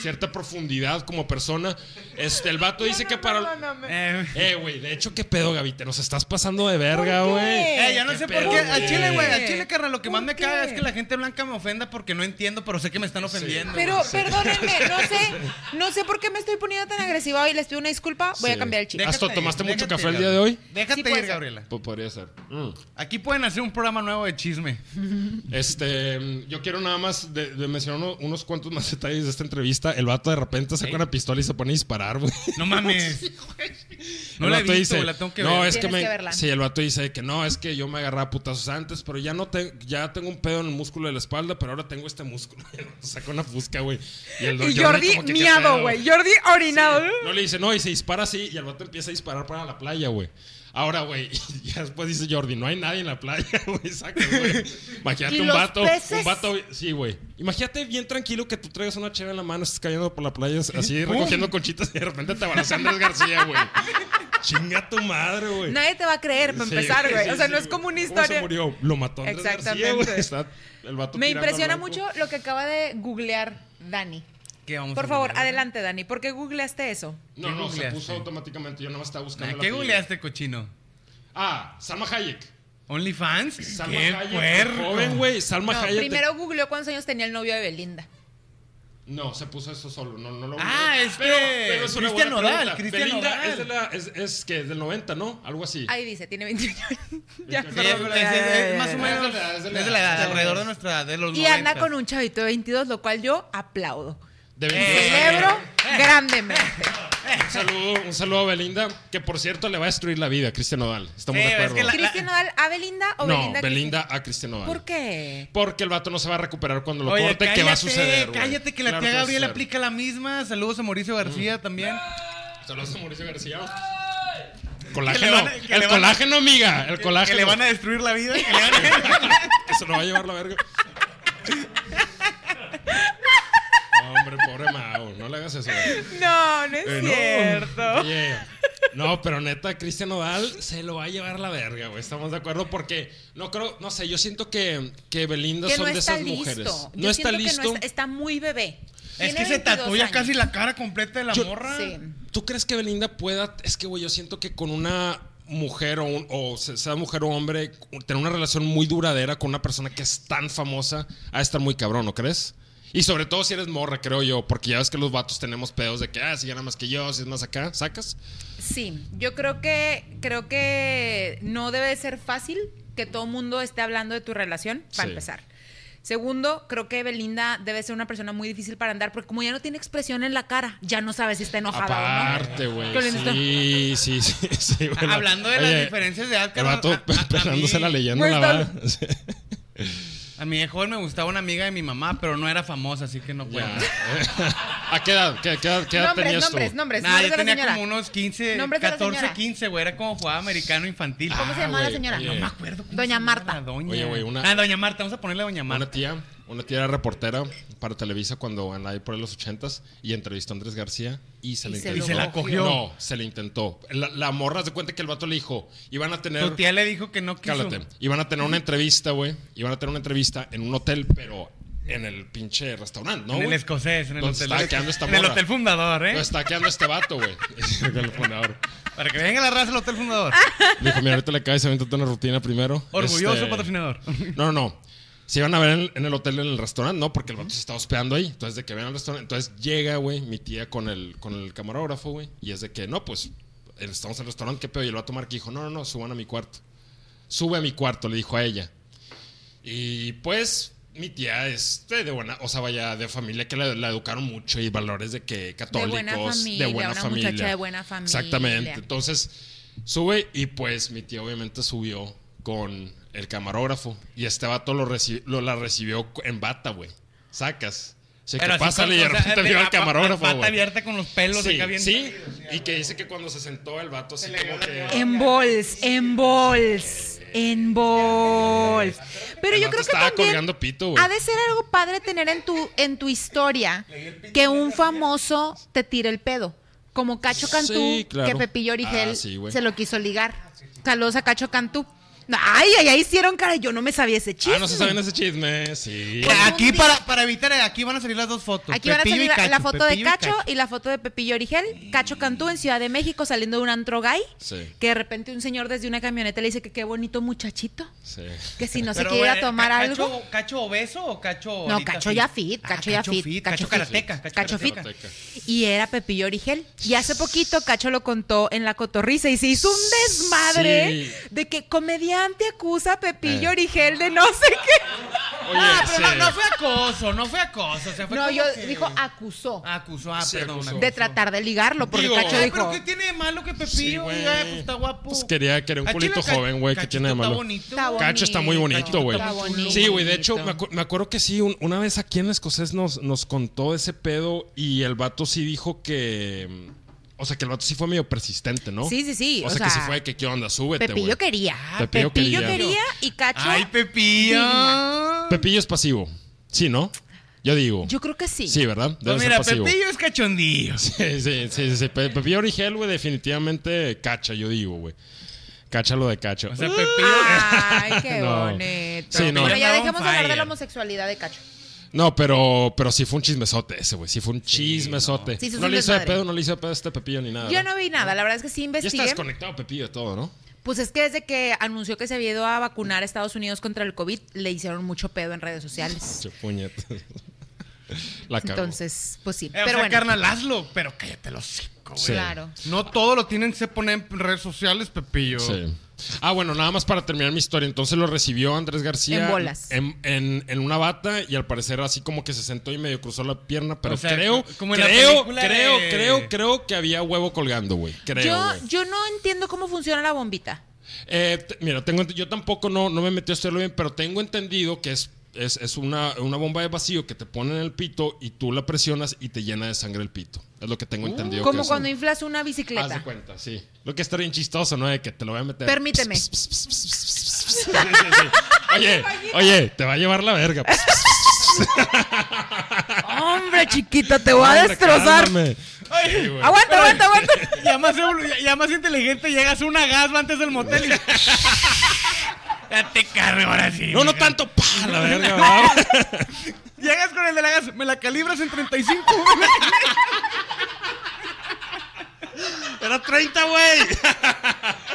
[SPEAKER 2] cierta profundidad como persona. Este, el vato dice que para.
[SPEAKER 4] eh,
[SPEAKER 2] Eh, güey, de hecho, qué pedo, Gaby. Te nos estás pasando de verga,
[SPEAKER 3] ¿Por qué?
[SPEAKER 2] güey.
[SPEAKER 4] eh, ya no
[SPEAKER 2] qué
[SPEAKER 4] sé
[SPEAKER 2] pedo,
[SPEAKER 4] por qué. Al
[SPEAKER 2] güey.
[SPEAKER 4] chile, güey, al chile, carnal, lo que más
[SPEAKER 3] ¿Por
[SPEAKER 4] me
[SPEAKER 3] qué?
[SPEAKER 4] caga es que la gente blanca me ofenda porque no entiendo, pero sé que me están ofendiendo.
[SPEAKER 3] Pero perdónenme, no sé, no sé por qué me estoy poniendo tan agresiva hoy. Les pido una disculpa, voy a
[SPEAKER 2] Sí.
[SPEAKER 3] cambiar el chip.
[SPEAKER 2] Hasta
[SPEAKER 4] Déjate
[SPEAKER 2] tomaste
[SPEAKER 4] ir,
[SPEAKER 2] mucho
[SPEAKER 4] déjate
[SPEAKER 2] café
[SPEAKER 4] ir,
[SPEAKER 2] el día de hoy.
[SPEAKER 4] Déjate
[SPEAKER 3] Sí, puede
[SPEAKER 4] ir,
[SPEAKER 3] ser.
[SPEAKER 4] Gabriela.
[SPEAKER 2] Pues podría ser. Mm.
[SPEAKER 4] Aquí pueden hacer un programa nuevo de chisme.
[SPEAKER 2] Este, mm, yo quiero nada más de, de mencionar uno- unos cuantos más detalles de esta entrevista. El vato de repente saca
[SPEAKER 4] Sí.
[SPEAKER 2] una pistola y se pone a disparar, güey.
[SPEAKER 4] No mames. No
[SPEAKER 2] El
[SPEAKER 4] la he
[SPEAKER 2] vato
[SPEAKER 4] visto,
[SPEAKER 2] dice,
[SPEAKER 4] güey, la tengo que
[SPEAKER 2] no,
[SPEAKER 4] ver.
[SPEAKER 2] es que
[SPEAKER 3] Tienes
[SPEAKER 2] me,
[SPEAKER 3] que verla.
[SPEAKER 2] sí, el vato dice que no, es que yo me agarraba a putazos antes, pero ya no te- ya tengo un pedo en el músculo de la espalda, pero ahora tengo este músculo. Y el vato saca una fusca, güey. Y, el
[SPEAKER 3] Y
[SPEAKER 2] Jordi
[SPEAKER 3] Jordi
[SPEAKER 2] como que, ¿qué
[SPEAKER 3] miado,
[SPEAKER 2] pedo,
[SPEAKER 3] güey. Jordi orinado.
[SPEAKER 2] No le dice, no, y se dispara así, y el vato empieza a disparar para la playa, güey. Ahora, güey, y ya después dice Jordi, no hay nadie en la playa, güey, saca, güey. Imagínate
[SPEAKER 3] ¿Y
[SPEAKER 2] un
[SPEAKER 3] los
[SPEAKER 2] vato,
[SPEAKER 3] peces?
[SPEAKER 2] un vato, sí, güey. Imagínate bien tranquilo que tú traigas una cheve en la mano, estás cayendo por la playa, así recogiendo conchitas y de repente te abraza Andrés García, güey. Chinga tu madre, güey.
[SPEAKER 3] Uh, Nadie te va a creer para
[SPEAKER 2] Sí,
[SPEAKER 3] empezar, güey.
[SPEAKER 2] sí,
[SPEAKER 3] o sea,
[SPEAKER 2] sí,
[SPEAKER 3] no es
[SPEAKER 2] güey.
[SPEAKER 3] como una
[SPEAKER 2] ¿Cómo se
[SPEAKER 3] historia.
[SPEAKER 2] murió? Lo mató Andrés García, güey.
[SPEAKER 3] Exactamente.
[SPEAKER 2] Está el vato tirando
[SPEAKER 3] Me
[SPEAKER 2] al
[SPEAKER 3] impresiona
[SPEAKER 2] blanco.
[SPEAKER 3] mucho lo que acaba de googlear Dani.
[SPEAKER 4] ¿Qué vamos
[SPEAKER 3] Por
[SPEAKER 4] a
[SPEAKER 3] favor,
[SPEAKER 4] googlear?
[SPEAKER 3] adelante, Dani. ¿Por qué googleaste eso?
[SPEAKER 2] No, no, se
[SPEAKER 4] googleaste?
[SPEAKER 2] puso automáticamente. Yo nada más estaba buscando.
[SPEAKER 4] Nah,
[SPEAKER 2] el
[SPEAKER 4] ¿Qué
[SPEAKER 2] apellido.
[SPEAKER 4] googleaste, cochino?
[SPEAKER 2] Ah, Salma Hayek.
[SPEAKER 4] ¿OnlyFans?
[SPEAKER 2] Salma
[SPEAKER 4] ¡Qué
[SPEAKER 2] Hayek,
[SPEAKER 4] puerco!
[SPEAKER 2] joven, güey. Salma
[SPEAKER 3] No,
[SPEAKER 2] Hayek. te-
[SPEAKER 3] primero googleó cuántos años tenía el novio de Belinda.
[SPEAKER 2] No, se puso eso solo. No, no lo
[SPEAKER 4] Ah, este, Cristian
[SPEAKER 2] buena
[SPEAKER 4] Nodal,
[SPEAKER 2] pregunta.
[SPEAKER 4] Cristian
[SPEAKER 2] Belinda
[SPEAKER 4] Nodal.
[SPEAKER 2] Es, de la, es, es que es del 90, ¿no? Algo así.
[SPEAKER 3] Ahí dice, tiene 28 años. ya,
[SPEAKER 4] Sí,
[SPEAKER 3] perdón,
[SPEAKER 4] es-
[SPEAKER 3] ya,
[SPEAKER 4] es-
[SPEAKER 3] ya,
[SPEAKER 4] es
[SPEAKER 3] ya,
[SPEAKER 4] más o
[SPEAKER 3] ya.
[SPEAKER 4] menos
[SPEAKER 2] Es de la-
[SPEAKER 4] es de la edad, alrededor de nuestra de los
[SPEAKER 3] Y anda
[SPEAKER 4] 90.
[SPEAKER 3] con un chavito de 22, lo cual yo aplaudo.
[SPEAKER 2] De
[SPEAKER 4] ¿Eh?
[SPEAKER 3] Celebro
[SPEAKER 2] Belinda.
[SPEAKER 3] grandemente.
[SPEAKER 2] Un saludo, un saludo a Belinda, que por cierto le va a destruir la vida a Cristian Nodal. Estamos
[SPEAKER 4] Sí,
[SPEAKER 2] de
[SPEAKER 4] es
[SPEAKER 2] acuerdo.
[SPEAKER 4] que la-
[SPEAKER 3] ¿Cristian Nodal a Belinda o
[SPEAKER 2] no,
[SPEAKER 3] Belinda? a
[SPEAKER 2] Belinda,
[SPEAKER 3] Cristian?
[SPEAKER 2] a Cristian Nodal.
[SPEAKER 3] ¿Por qué?
[SPEAKER 2] Porque el vato no se va a recuperar cuando lo
[SPEAKER 4] Oye,
[SPEAKER 2] corte,
[SPEAKER 4] cállate,
[SPEAKER 2] que va a suceder. güey.
[SPEAKER 4] Cállate, que la
[SPEAKER 2] Claro
[SPEAKER 4] tía
[SPEAKER 2] va a
[SPEAKER 4] Gabriela
[SPEAKER 2] suceder. Mm.
[SPEAKER 4] aplica la misma. Saludos a Mauricio García también.
[SPEAKER 2] Saludos a Mauricio García. Colágeno.
[SPEAKER 4] van a- que le
[SPEAKER 2] el
[SPEAKER 4] van a-
[SPEAKER 2] colágeno, amiga. El
[SPEAKER 4] Que
[SPEAKER 2] colágeno.
[SPEAKER 4] le van a destruir la vida. que le van a-
[SPEAKER 2] Que se lo va a llevar la verga. No, hombre, pobre Mau. No le hagas eso. güey.
[SPEAKER 3] No, no es
[SPEAKER 2] Eh, no.
[SPEAKER 3] cierto.
[SPEAKER 2] Oye, no, pero neta, Cristian Nodal se lo va a llevar la verga, güey. Estamos de acuerdo porque no creo, no sé, yo siento que, que Belinda
[SPEAKER 3] Que
[SPEAKER 2] son
[SPEAKER 3] no
[SPEAKER 2] de
[SPEAKER 3] está
[SPEAKER 2] esas
[SPEAKER 3] listo.
[SPEAKER 2] mujeres.
[SPEAKER 3] Yo
[SPEAKER 2] No está
[SPEAKER 3] siento que
[SPEAKER 2] listo.
[SPEAKER 3] no está, está muy bebé.
[SPEAKER 4] Es
[SPEAKER 3] Tiene
[SPEAKER 4] que se
[SPEAKER 3] 22
[SPEAKER 4] tatúa
[SPEAKER 3] años.
[SPEAKER 4] casi la cara completa de la
[SPEAKER 2] Yo-
[SPEAKER 4] morra.
[SPEAKER 3] Sí.
[SPEAKER 2] ¿Tú crees que Belinda pueda? Es que, güey, yo siento que con una mujer o, un- o se- sea mujer o hombre, tener una relación muy duradera con una persona que es tan famosa, ha de estar muy cabrón, ¿no crees? Y sobre todo si eres morra, creo yo, porque ya ves que los vatos tenemos pedos de que, ah, si gana más que yo, si es más acá, ¿sacas?
[SPEAKER 3] Sí, yo creo que creo que no debe de ser fácil que todo el mundo esté hablando de tu relación para
[SPEAKER 2] Sí.
[SPEAKER 3] empezar. Segundo, creo que Belinda debe ser una persona muy difícil para andar porque como ya no tiene expresión en la cara, ya no sabe si está enojada
[SPEAKER 2] Aparte,
[SPEAKER 3] o no.
[SPEAKER 2] güey.
[SPEAKER 3] Con esto-
[SPEAKER 2] Sí, sí, sí, sí, güey, la-
[SPEAKER 4] Hablando de las
[SPEAKER 2] Oye,
[SPEAKER 4] diferencias de edad,
[SPEAKER 2] El
[SPEAKER 4] cabrón,
[SPEAKER 2] vato
[SPEAKER 4] a- a- a
[SPEAKER 2] pelándose
[SPEAKER 4] mí-
[SPEAKER 2] la leyenda, la
[SPEAKER 3] Winston.
[SPEAKER 2] verdad. Sí,
[SPEAKER 4] A mí de joven me gustaba una amiga de mi mamá, pero no era famosa, así que no puedo.
[SPEAKER 2] ya. ¿A qué edad? ¿Qué, qué edad, qué edad
[SPEAKER 3] Nombres,
[SPEAKER 2] tenías tú?
[SPEAKER 3] nombres, nombres,
[SPEAKER 4] Nah,
[SPEAKER 3] nombres
[SPEAKER 4] yo
[SPEAKER 3] de la
[SPEAKER 4] tenía
[SPEAKER 3] señora.
[SPEAKER 4] como unos 15,
[SPEAKER 3] Nombres de la
[SPEAKER 4] 14,
[SPEAKER 3] señora.
[SPEAKER 4] 15, güey. Era como jugaba americano infantil.
[SPEAKER 3] ¿Cómo se
[SPEAKER 2] Ah,
[SPEAKER 3] llamaba la
[SPEAKER 2] güey,
[SPEAKER 3] señora?
[SPEAKER 2] oye.
[SPEAKER 3] No me acuerdo. Doña Marta.
[SPEAKER 4] Doña.
[SPEAKER 2] Oye, güey, una-
[SPEAKER 4] Ah, Doña Marta. Vamos a ponerle a Doña Marta.
[SPEAKER 2] Una tía, una tía era reportera para Televisa cuando andaba ahí por los ochentas y entrevistó a Andrés García y se
[SPEAKER 3] Y
[SPEAKER 2] le
[SPEAKER 3] se
[SPEAKER 2] intentó.
[SPEAKER 4] lo Y se la cogió.
[SPEAKER 2] No, se le intentó. La, la morra se cuenta que el vato le dijo, iban a tener...
[SPEAKER 4] Tu tía le dijo que no quiso.
[SPEAKER 2] Cálate. Iban a tener una entrevista, güey. Iban a tener una entrevista en un hotel, pero en el pinche restaurante, ¿no?
[SPEAKER 4] en el
[SPEAKER 2] güey?
[SPEAKER 4] escocés, en el
[SPEAKER 2] ¿Dónde
[SPEAKER 4] hotel.
[SPEAKER 2] estaba quedando esta
[SPEAKER 4] en el
[SPEAKER 2] morra?
[SPEAKER 4] hotel fundador, ¿eh?
[SPEAKER 2] Lo está quedando este vato, güey. El fundador.
[SPEAKER 4] Para que venga la raza al hotel fundador.
[SPEAKER 2] Le dijo, mira, ahorita le caes, aviéntate una rutina primero.
[SPEAKER 4] Orgulloso
[SPEAKER 2] Ah. Este,
[SPEAKER 4] patrocinador.
[SPEAKER 2] No, no, no. Se iban a ver en, en el hotel, en el restaurante, ¿no? Porque el vato se estaba hospedando ahí. Entonces, de que ven al restaurante. Entonces, llega, güey, mi tía con el, con el camarógrafo, güey. Y es de que, no, pues, estamos en el restaurante, ¿qué pedo? Y el vato Mark dijo, no, no, no, suban a mi cuarto. Sube a mi cuarto, le dijo a ella. Y, pues, mi tía es de, de buena, o sea, vaya, de familia que la, la educaron mucho y valores de que católicos, de
[SPEAKER 3] buena
[SPEAKER 2] buena familia.
[SPEAKER 3] familia, una muchacha de buena familia.
[SPEAKER 2] Exactamente. Entonces, sube y pues mi tía obviamente subió con el camarógrafo y este vato lo, reci- lo- la recibió en bata, güey. Sacas. O sea,
[SPEAKER 4] Pero
[SPEAKER 2] que
[SPEAKER 4] así
[SPEAKER 2] pásale
[SPEAKER 4] con-
[SPEAKER 2] y de
[SPEAKER 4] o sea,
[SPEAKER 2] repente
[SPEAKER 4] de-
[SPEAKER 2] vio
[SPEAKER 4] a-
[SPEAKER 2] al
[SPEAKER 4] a-
[SPEAKER 2] camarógrafo,
[SPEAKER 4] eh, Pata
[SPEAKER 2] güey.
[SPEAKER 4] abierta con los pelos
[SPEAKER 2] sí,
[SPEAKER 4] acá bien.
[SPEAKER 2] sí, y que dice que cuando se sentó el vato así como que...
[SPEAKER 3] En bols, en bols, en bols. Pero
[SPEAKER 2] El
[SPEAKER 3] yo
[SPEAKER 2] vato
[SPEAKER 3] creo que
[SPEAKER 2] estaba
[SPEAKER 3] también
[SPEAKER 2] colgando pito, güey.
[SPEAKER 3] ha de ser algo padre tener en tu en tu historia que un famoso te tire el pedo, como Cacho Cantú
[SPEAKER 2] Sí, claro.
[SPEAKER 3] que Pepillo Origel
[SPEAKER 2] Ah, sí, güey.
[SPEAKER 3] se lo quiso ligar. Saludos a Cacho Cantú. Ay, ay, ay, hicieron cara, yo no me sabía ese chisme. Pues,
[SPEAKER 2] Ah, no se saben ese chisme, sí.
[SPEAKER 4] Ya, Aquí
[SPEAKER 3] Algún día-
[SPEAKER 4] para, para evitar, eh, aquí van a salir las dos fotos.
[SPEAKER 3] Aquí van a
[SPEAKER 4] Pepillo
[SPEAKER 3] salir
[SPEAKER 4] y
[SPEAKER 3] la-
[SPEAKER 4] Cacho,
[SPEAKER 3] la foto de
[SPEAKER 4] Pepillo y
[SPEAKER 3] Cacho y la foto de Pepillo Origel, Cacho Cantú en Ciudad de México saliendo de un antro gay,
[SPEAKER 2] Sí.
[SPEAKER 3] que de repente un señor desde una camioneta le dice que qué bonito muchachito.
[SPEAKER 2] Sí.
[SPEAKER 3] Que si no se
[SPEAKER 4] Pero,
[SPEAKER 3] quiere ir a
[SPEAKER 4] güey,
[SPEAKER 3] tomar
[SPEAKER 4] ¿ca-
[SPEAKER 3] algo.
[SPEAKER 4] Cacho, ¿Cacho obeso o Cacho.?
[SPEAKER 3] No,
[SPEAKER 4] ahorita
[SPEAKER 3] Cacho ya fit, Cacho
[SPEAKER 4] Ah,
[SPEAKER 3] ya fit,
[SPEAKER 4] Cacho
[SPEAKER 3] Cacho fit.
[SPEAKER 4] Karateca.
[SPEAKER 3] Cacho fit.
[SPEAKER 4] Karateca.
[SPEAKER 2] Karateca.
[SPEAKER 3] Y era Pepillo Origel. Y hace poquito Cacho lo contó en La Cotorrisa y se hizo un desmadre
[SPEAKER 2] Sí.
[SPEAKER 3] de que comediante acusa a Pepillo
[SPEAKER 2] Eh.
[SPEAKER 3] Origel de no sé qué.
[SPEAKER 2] Oye,
[SPEAKER 4] Ah, pero
[SPEAKER 2] sí.
[SPEAKER 4] no, no fue acoso, no fue acoso. O sea, fue
[SPEAKER 3] No,
[SPEAKER 4] como
[SPEAKER 3] yo
[SPEAKER 4] que-
[SPEAKER 3] dijo acusó
[SPEAKER 4] Ah, acusó, ah,
[SPEAKER 2] Sí,
[SPEAKER 4] perdón.
[SPEAKER 2] acusó.
[SPEAKER 4] acusó.
[SPEAKER 3] de tratar de ligarlo, porque
[SPEAKER 2] Digo,
[SPEAKER 3] Cacho
[SPEAKER 4] Ay,
[SPEAKER 3] dijo.
[SPEAKER 4] pero ¿qué tiene de malo que
[SPEAKER 2] Sí,
[SPEAKER 4] Pepillo?
[SPEAKER 2] güey.
[SPEAKER 4] diga, pues está guapo.
[SPEAKER 2] Pues quería, quería un
[SPEAKER 4] Al
[SPEAKER 2] culito
[SPEAKER 4] chile, Ca-
[SPEAKER 2] joven, güey, que
[SPEAKER 4] Cachito
[SPEAKER 2] tiene de malo.
[SPEAKER 4] Está bonito.
[SPEAKER 3] Está
[SPEAKER 4] güey.
[SPEAKER 2] Cacho está muy bonito, güey.
[SPEAKER 3] Está bonito.
[SPEAKER 2] Sí, güey. De hecho, me, acu- me acuerdo que sí, un- una vez aquí en el escocés nos, nos contó ese pedo y el vato sí dijo que. mm, O sea, que el vato sí fue medio persistente, ¿no?
[SPEAKER 3] Sí, sí, sí,
[SPEAKER 2] O,
[SPEAKER 3] o
[SPEAKER 2] sea,
[SPEAKER 3] sea,
[SPEAKER 2] que sí fue de que, ¿qué onda? Súbete, güey.
[SPEAKER 3] Pepillo quería.
[SPEAKER 4] Ah,
[SPEAKER 2] Pepillo
[SPEAKER 3] Pepillo,
[SPEAKER 2] quería.
[SPEAKER 3] quería. y Cacho.
[SPEAKER 4] Ay, Pepillo.
[SPEAKER 3] Divina.
[SPEAKER 2] Pepillo es pasivo. Sí, ¿no? Yo digo.
[SPEAKER 3] Yo creo que sí.
[SPEAKER 2] Sí, ¿verdad? Debe
[SPEAKER 4] Pues
[SPEAKER 2] ser
[SPEAKER 4] mira,
[SPEAKER 2] pasivo.
[SPEAKER 4] Pepillo es cachondillo.
[SPEAKER 2] Sí, sí, sí, sí. Pe- Pepillo Origel, güey, definitivamente cacha, yo digo, güey. Cacha lo de cacha.
[SPEAKER 4] O sea,
[SPEAKER 3] Ah.
[SPEAKER 4] Pepillo.
[SPEAKER 3] Ay, qué
[SPEAKER 2] No.
[SPEAKER 3] bonito.
[SPEAKER 2] Sí, no.
[SPEAKER 3] Bueno, ya
[SPEAKER 4] Andaba
[SPEAKER 3] dejemos
[SPEAKER 4] on
[SPEAKER 3] hablar de
[SPEAKER 4] fire.
[SPEAKER 3] la homosexualidad de Cacho.
[SPEAKER 2] No, pero, pero sí fue un chismesote ese, güey. Sí fue un chismesote.
[SPEAKER 3] Sí, sí, es
[SPEAKER 2] no
[SPEAKER 3] un
[SPEAKER 2] le hizo de
[SPEAKER 3] desmadre.
[SPEAKER 2] pedo, no le hizo de pedo a este Pepillo ni nada.
[SPEAKER 3] Yo
[SPEAKER 2] ¿verdad?
[SPEAKER 3] no vi nada, la verdad es que sí
[SPEAKER 2] Ya está
[SPEAKER 3] investigué.
[SPEAKER 2] desconectado Pepillo de todo, ¿no?
[SPEAKER 3] Pues es que desde que anunció que se había ido a vacunar a Estados Unidos contra el COVID, le hicieron mucho pedo en redes sociales.
[SPEAKER 2] Che, puñet. La cagó.
[SPEAKER 3] Entonces, pues sí.
[SPEAKER 4] Eh, o
[SPEAKER 3] pero
[SPEAKER 4] sea,
[SPEAKER 3] bueno,
[SPEAKER 4] carnal, hazlo, pero cállate los cinco, güey.
[SPEAKER 2] Sí.
[SPEAKER 3] claro.
[SPEAKER 4] No todo lo tienen que se poner en redes sociales, Pepillo.
[SPEAKER 2] Sí. Ah, bueno, nada más para terminar mi historia. Entonces lo recibió Andrés García.
[SPEAKER 3] En bolas.
[SPEAKER 2] En, en- en una bata y al parecer así como que se sentó y medio cruzó la pierna. Pero
[SPEAKER 4] O sea,
[SPEAKER 2] creo,
[SPEAKER 4] co- como en la
[SPEAKER 2] creo,
[SPEAKER 4] película
[SPEAKER 2] creo,
[SPEAKER 4] de-
[SPEAKER 2] creo, creo que había huevo colgando, güey. Creo.
[SPEAKER 3] Yo,
[SPEAKER 2] güey.
[SPEAKER 3] yo no entiendo cómo funciona la bombita.
[SPEAKER 2] Eh, t- mira, tengo, ent- yo tampoco no, no me metí a estudiarlo bien, pero tengo entendido que es es, es una, una bomba de vacío que te ponen en el pito y tú la presionas y te llena de sangre el pito. Es lo que tengo entendido. que
[SPEAKER 3] Uh, Como
[SPEAKER 2] es
[SPEAKER 3] cuando
[SPEAKER 2] un-
[SPEAKER 3] inflas una
[SPEAKER 2] Haz de
[SPEAKER 3] bicicleta.
[SPEAKER 2] cuenta, sí. Lo que está bien chistoso, ¿no? De que te lo voy a meter.
[SPEAKER 3] Permíteme.
[SPEAKER 2] Sí, sí, sí. Oye, oye, te va a llevar la verga.
[SPEAKER 3] Hombre, chiquita, te voy a destrozar.
[SPEAKER 2] Cálmame.
[SPEAKER 4] Oye,
[SPEAKER 2] Sí, güey.
[SPEAKER 3] Aguanta, aguanta, aguanta.
[SPEAKER 4] Ya más, evolu- ya- ya más inteligente llegas a una gasba antes del motel y... Ya te cargo ahora sí.
[SPEAKER 2] No, no
[SPEAKER 4] mija.
[SPEAKER 2] tanto. Pa, la verga. va.
[SPEAKER 4] Llegas con el de la gas, me la calibras en 35.
[SPEAKER 2] Era 30, güey.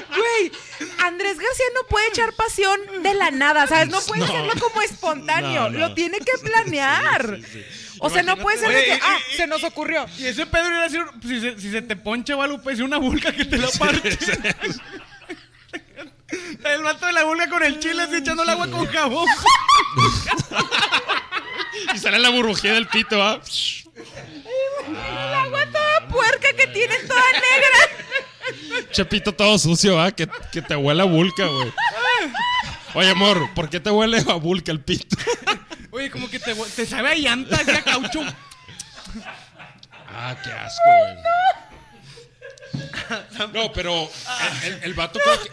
[SPEAKER 3] Güey, Andrés García no puede echar pasión de la nada, ¿sabes? No puede
[SPEAKER 2] No.
[SPEAKER 3] hacerlo como espontáneo,
[SPEAKER 2] No, no.
[SPEAKER 3] lo tiene que planear.
[SPEAKER 2] Sí, sí, sí.
[SPEAKER 3] O sea, no puede ser de
[SPEAKER 4] Oye,
[SPEAKER 3] que,
[SPEAKER 4] y-
[SPEAKER 3] ah,
[SPEAKER 4] y-
[SPEAKER 3] se nos ocurrió.
[SPEAKER 4] Y ese Pedro iba a decir, "Pues, si se, si se te poncha o algo, pues una vulca que te la parche. El vato de la vulga con el chile así echando el agua con jabón.
[SPEAKER 2] Y sale la burbujía del pito, ¿va?
[SPEAKER 3] La agua toda puerca que tiene toda negra.
[SPEAKER 2] Chepito todo sucio, ¿va? Que, que te huele a vulca, güey. Oye, amor, ¿por qué te huele a vulca el pito?
[SPEAKER 4] Oye, como que te, te sabe a llanta, así a caucho.
[SPEAKER 2] Ah, qué asco, güey. No, pero el, el- el vato creo que,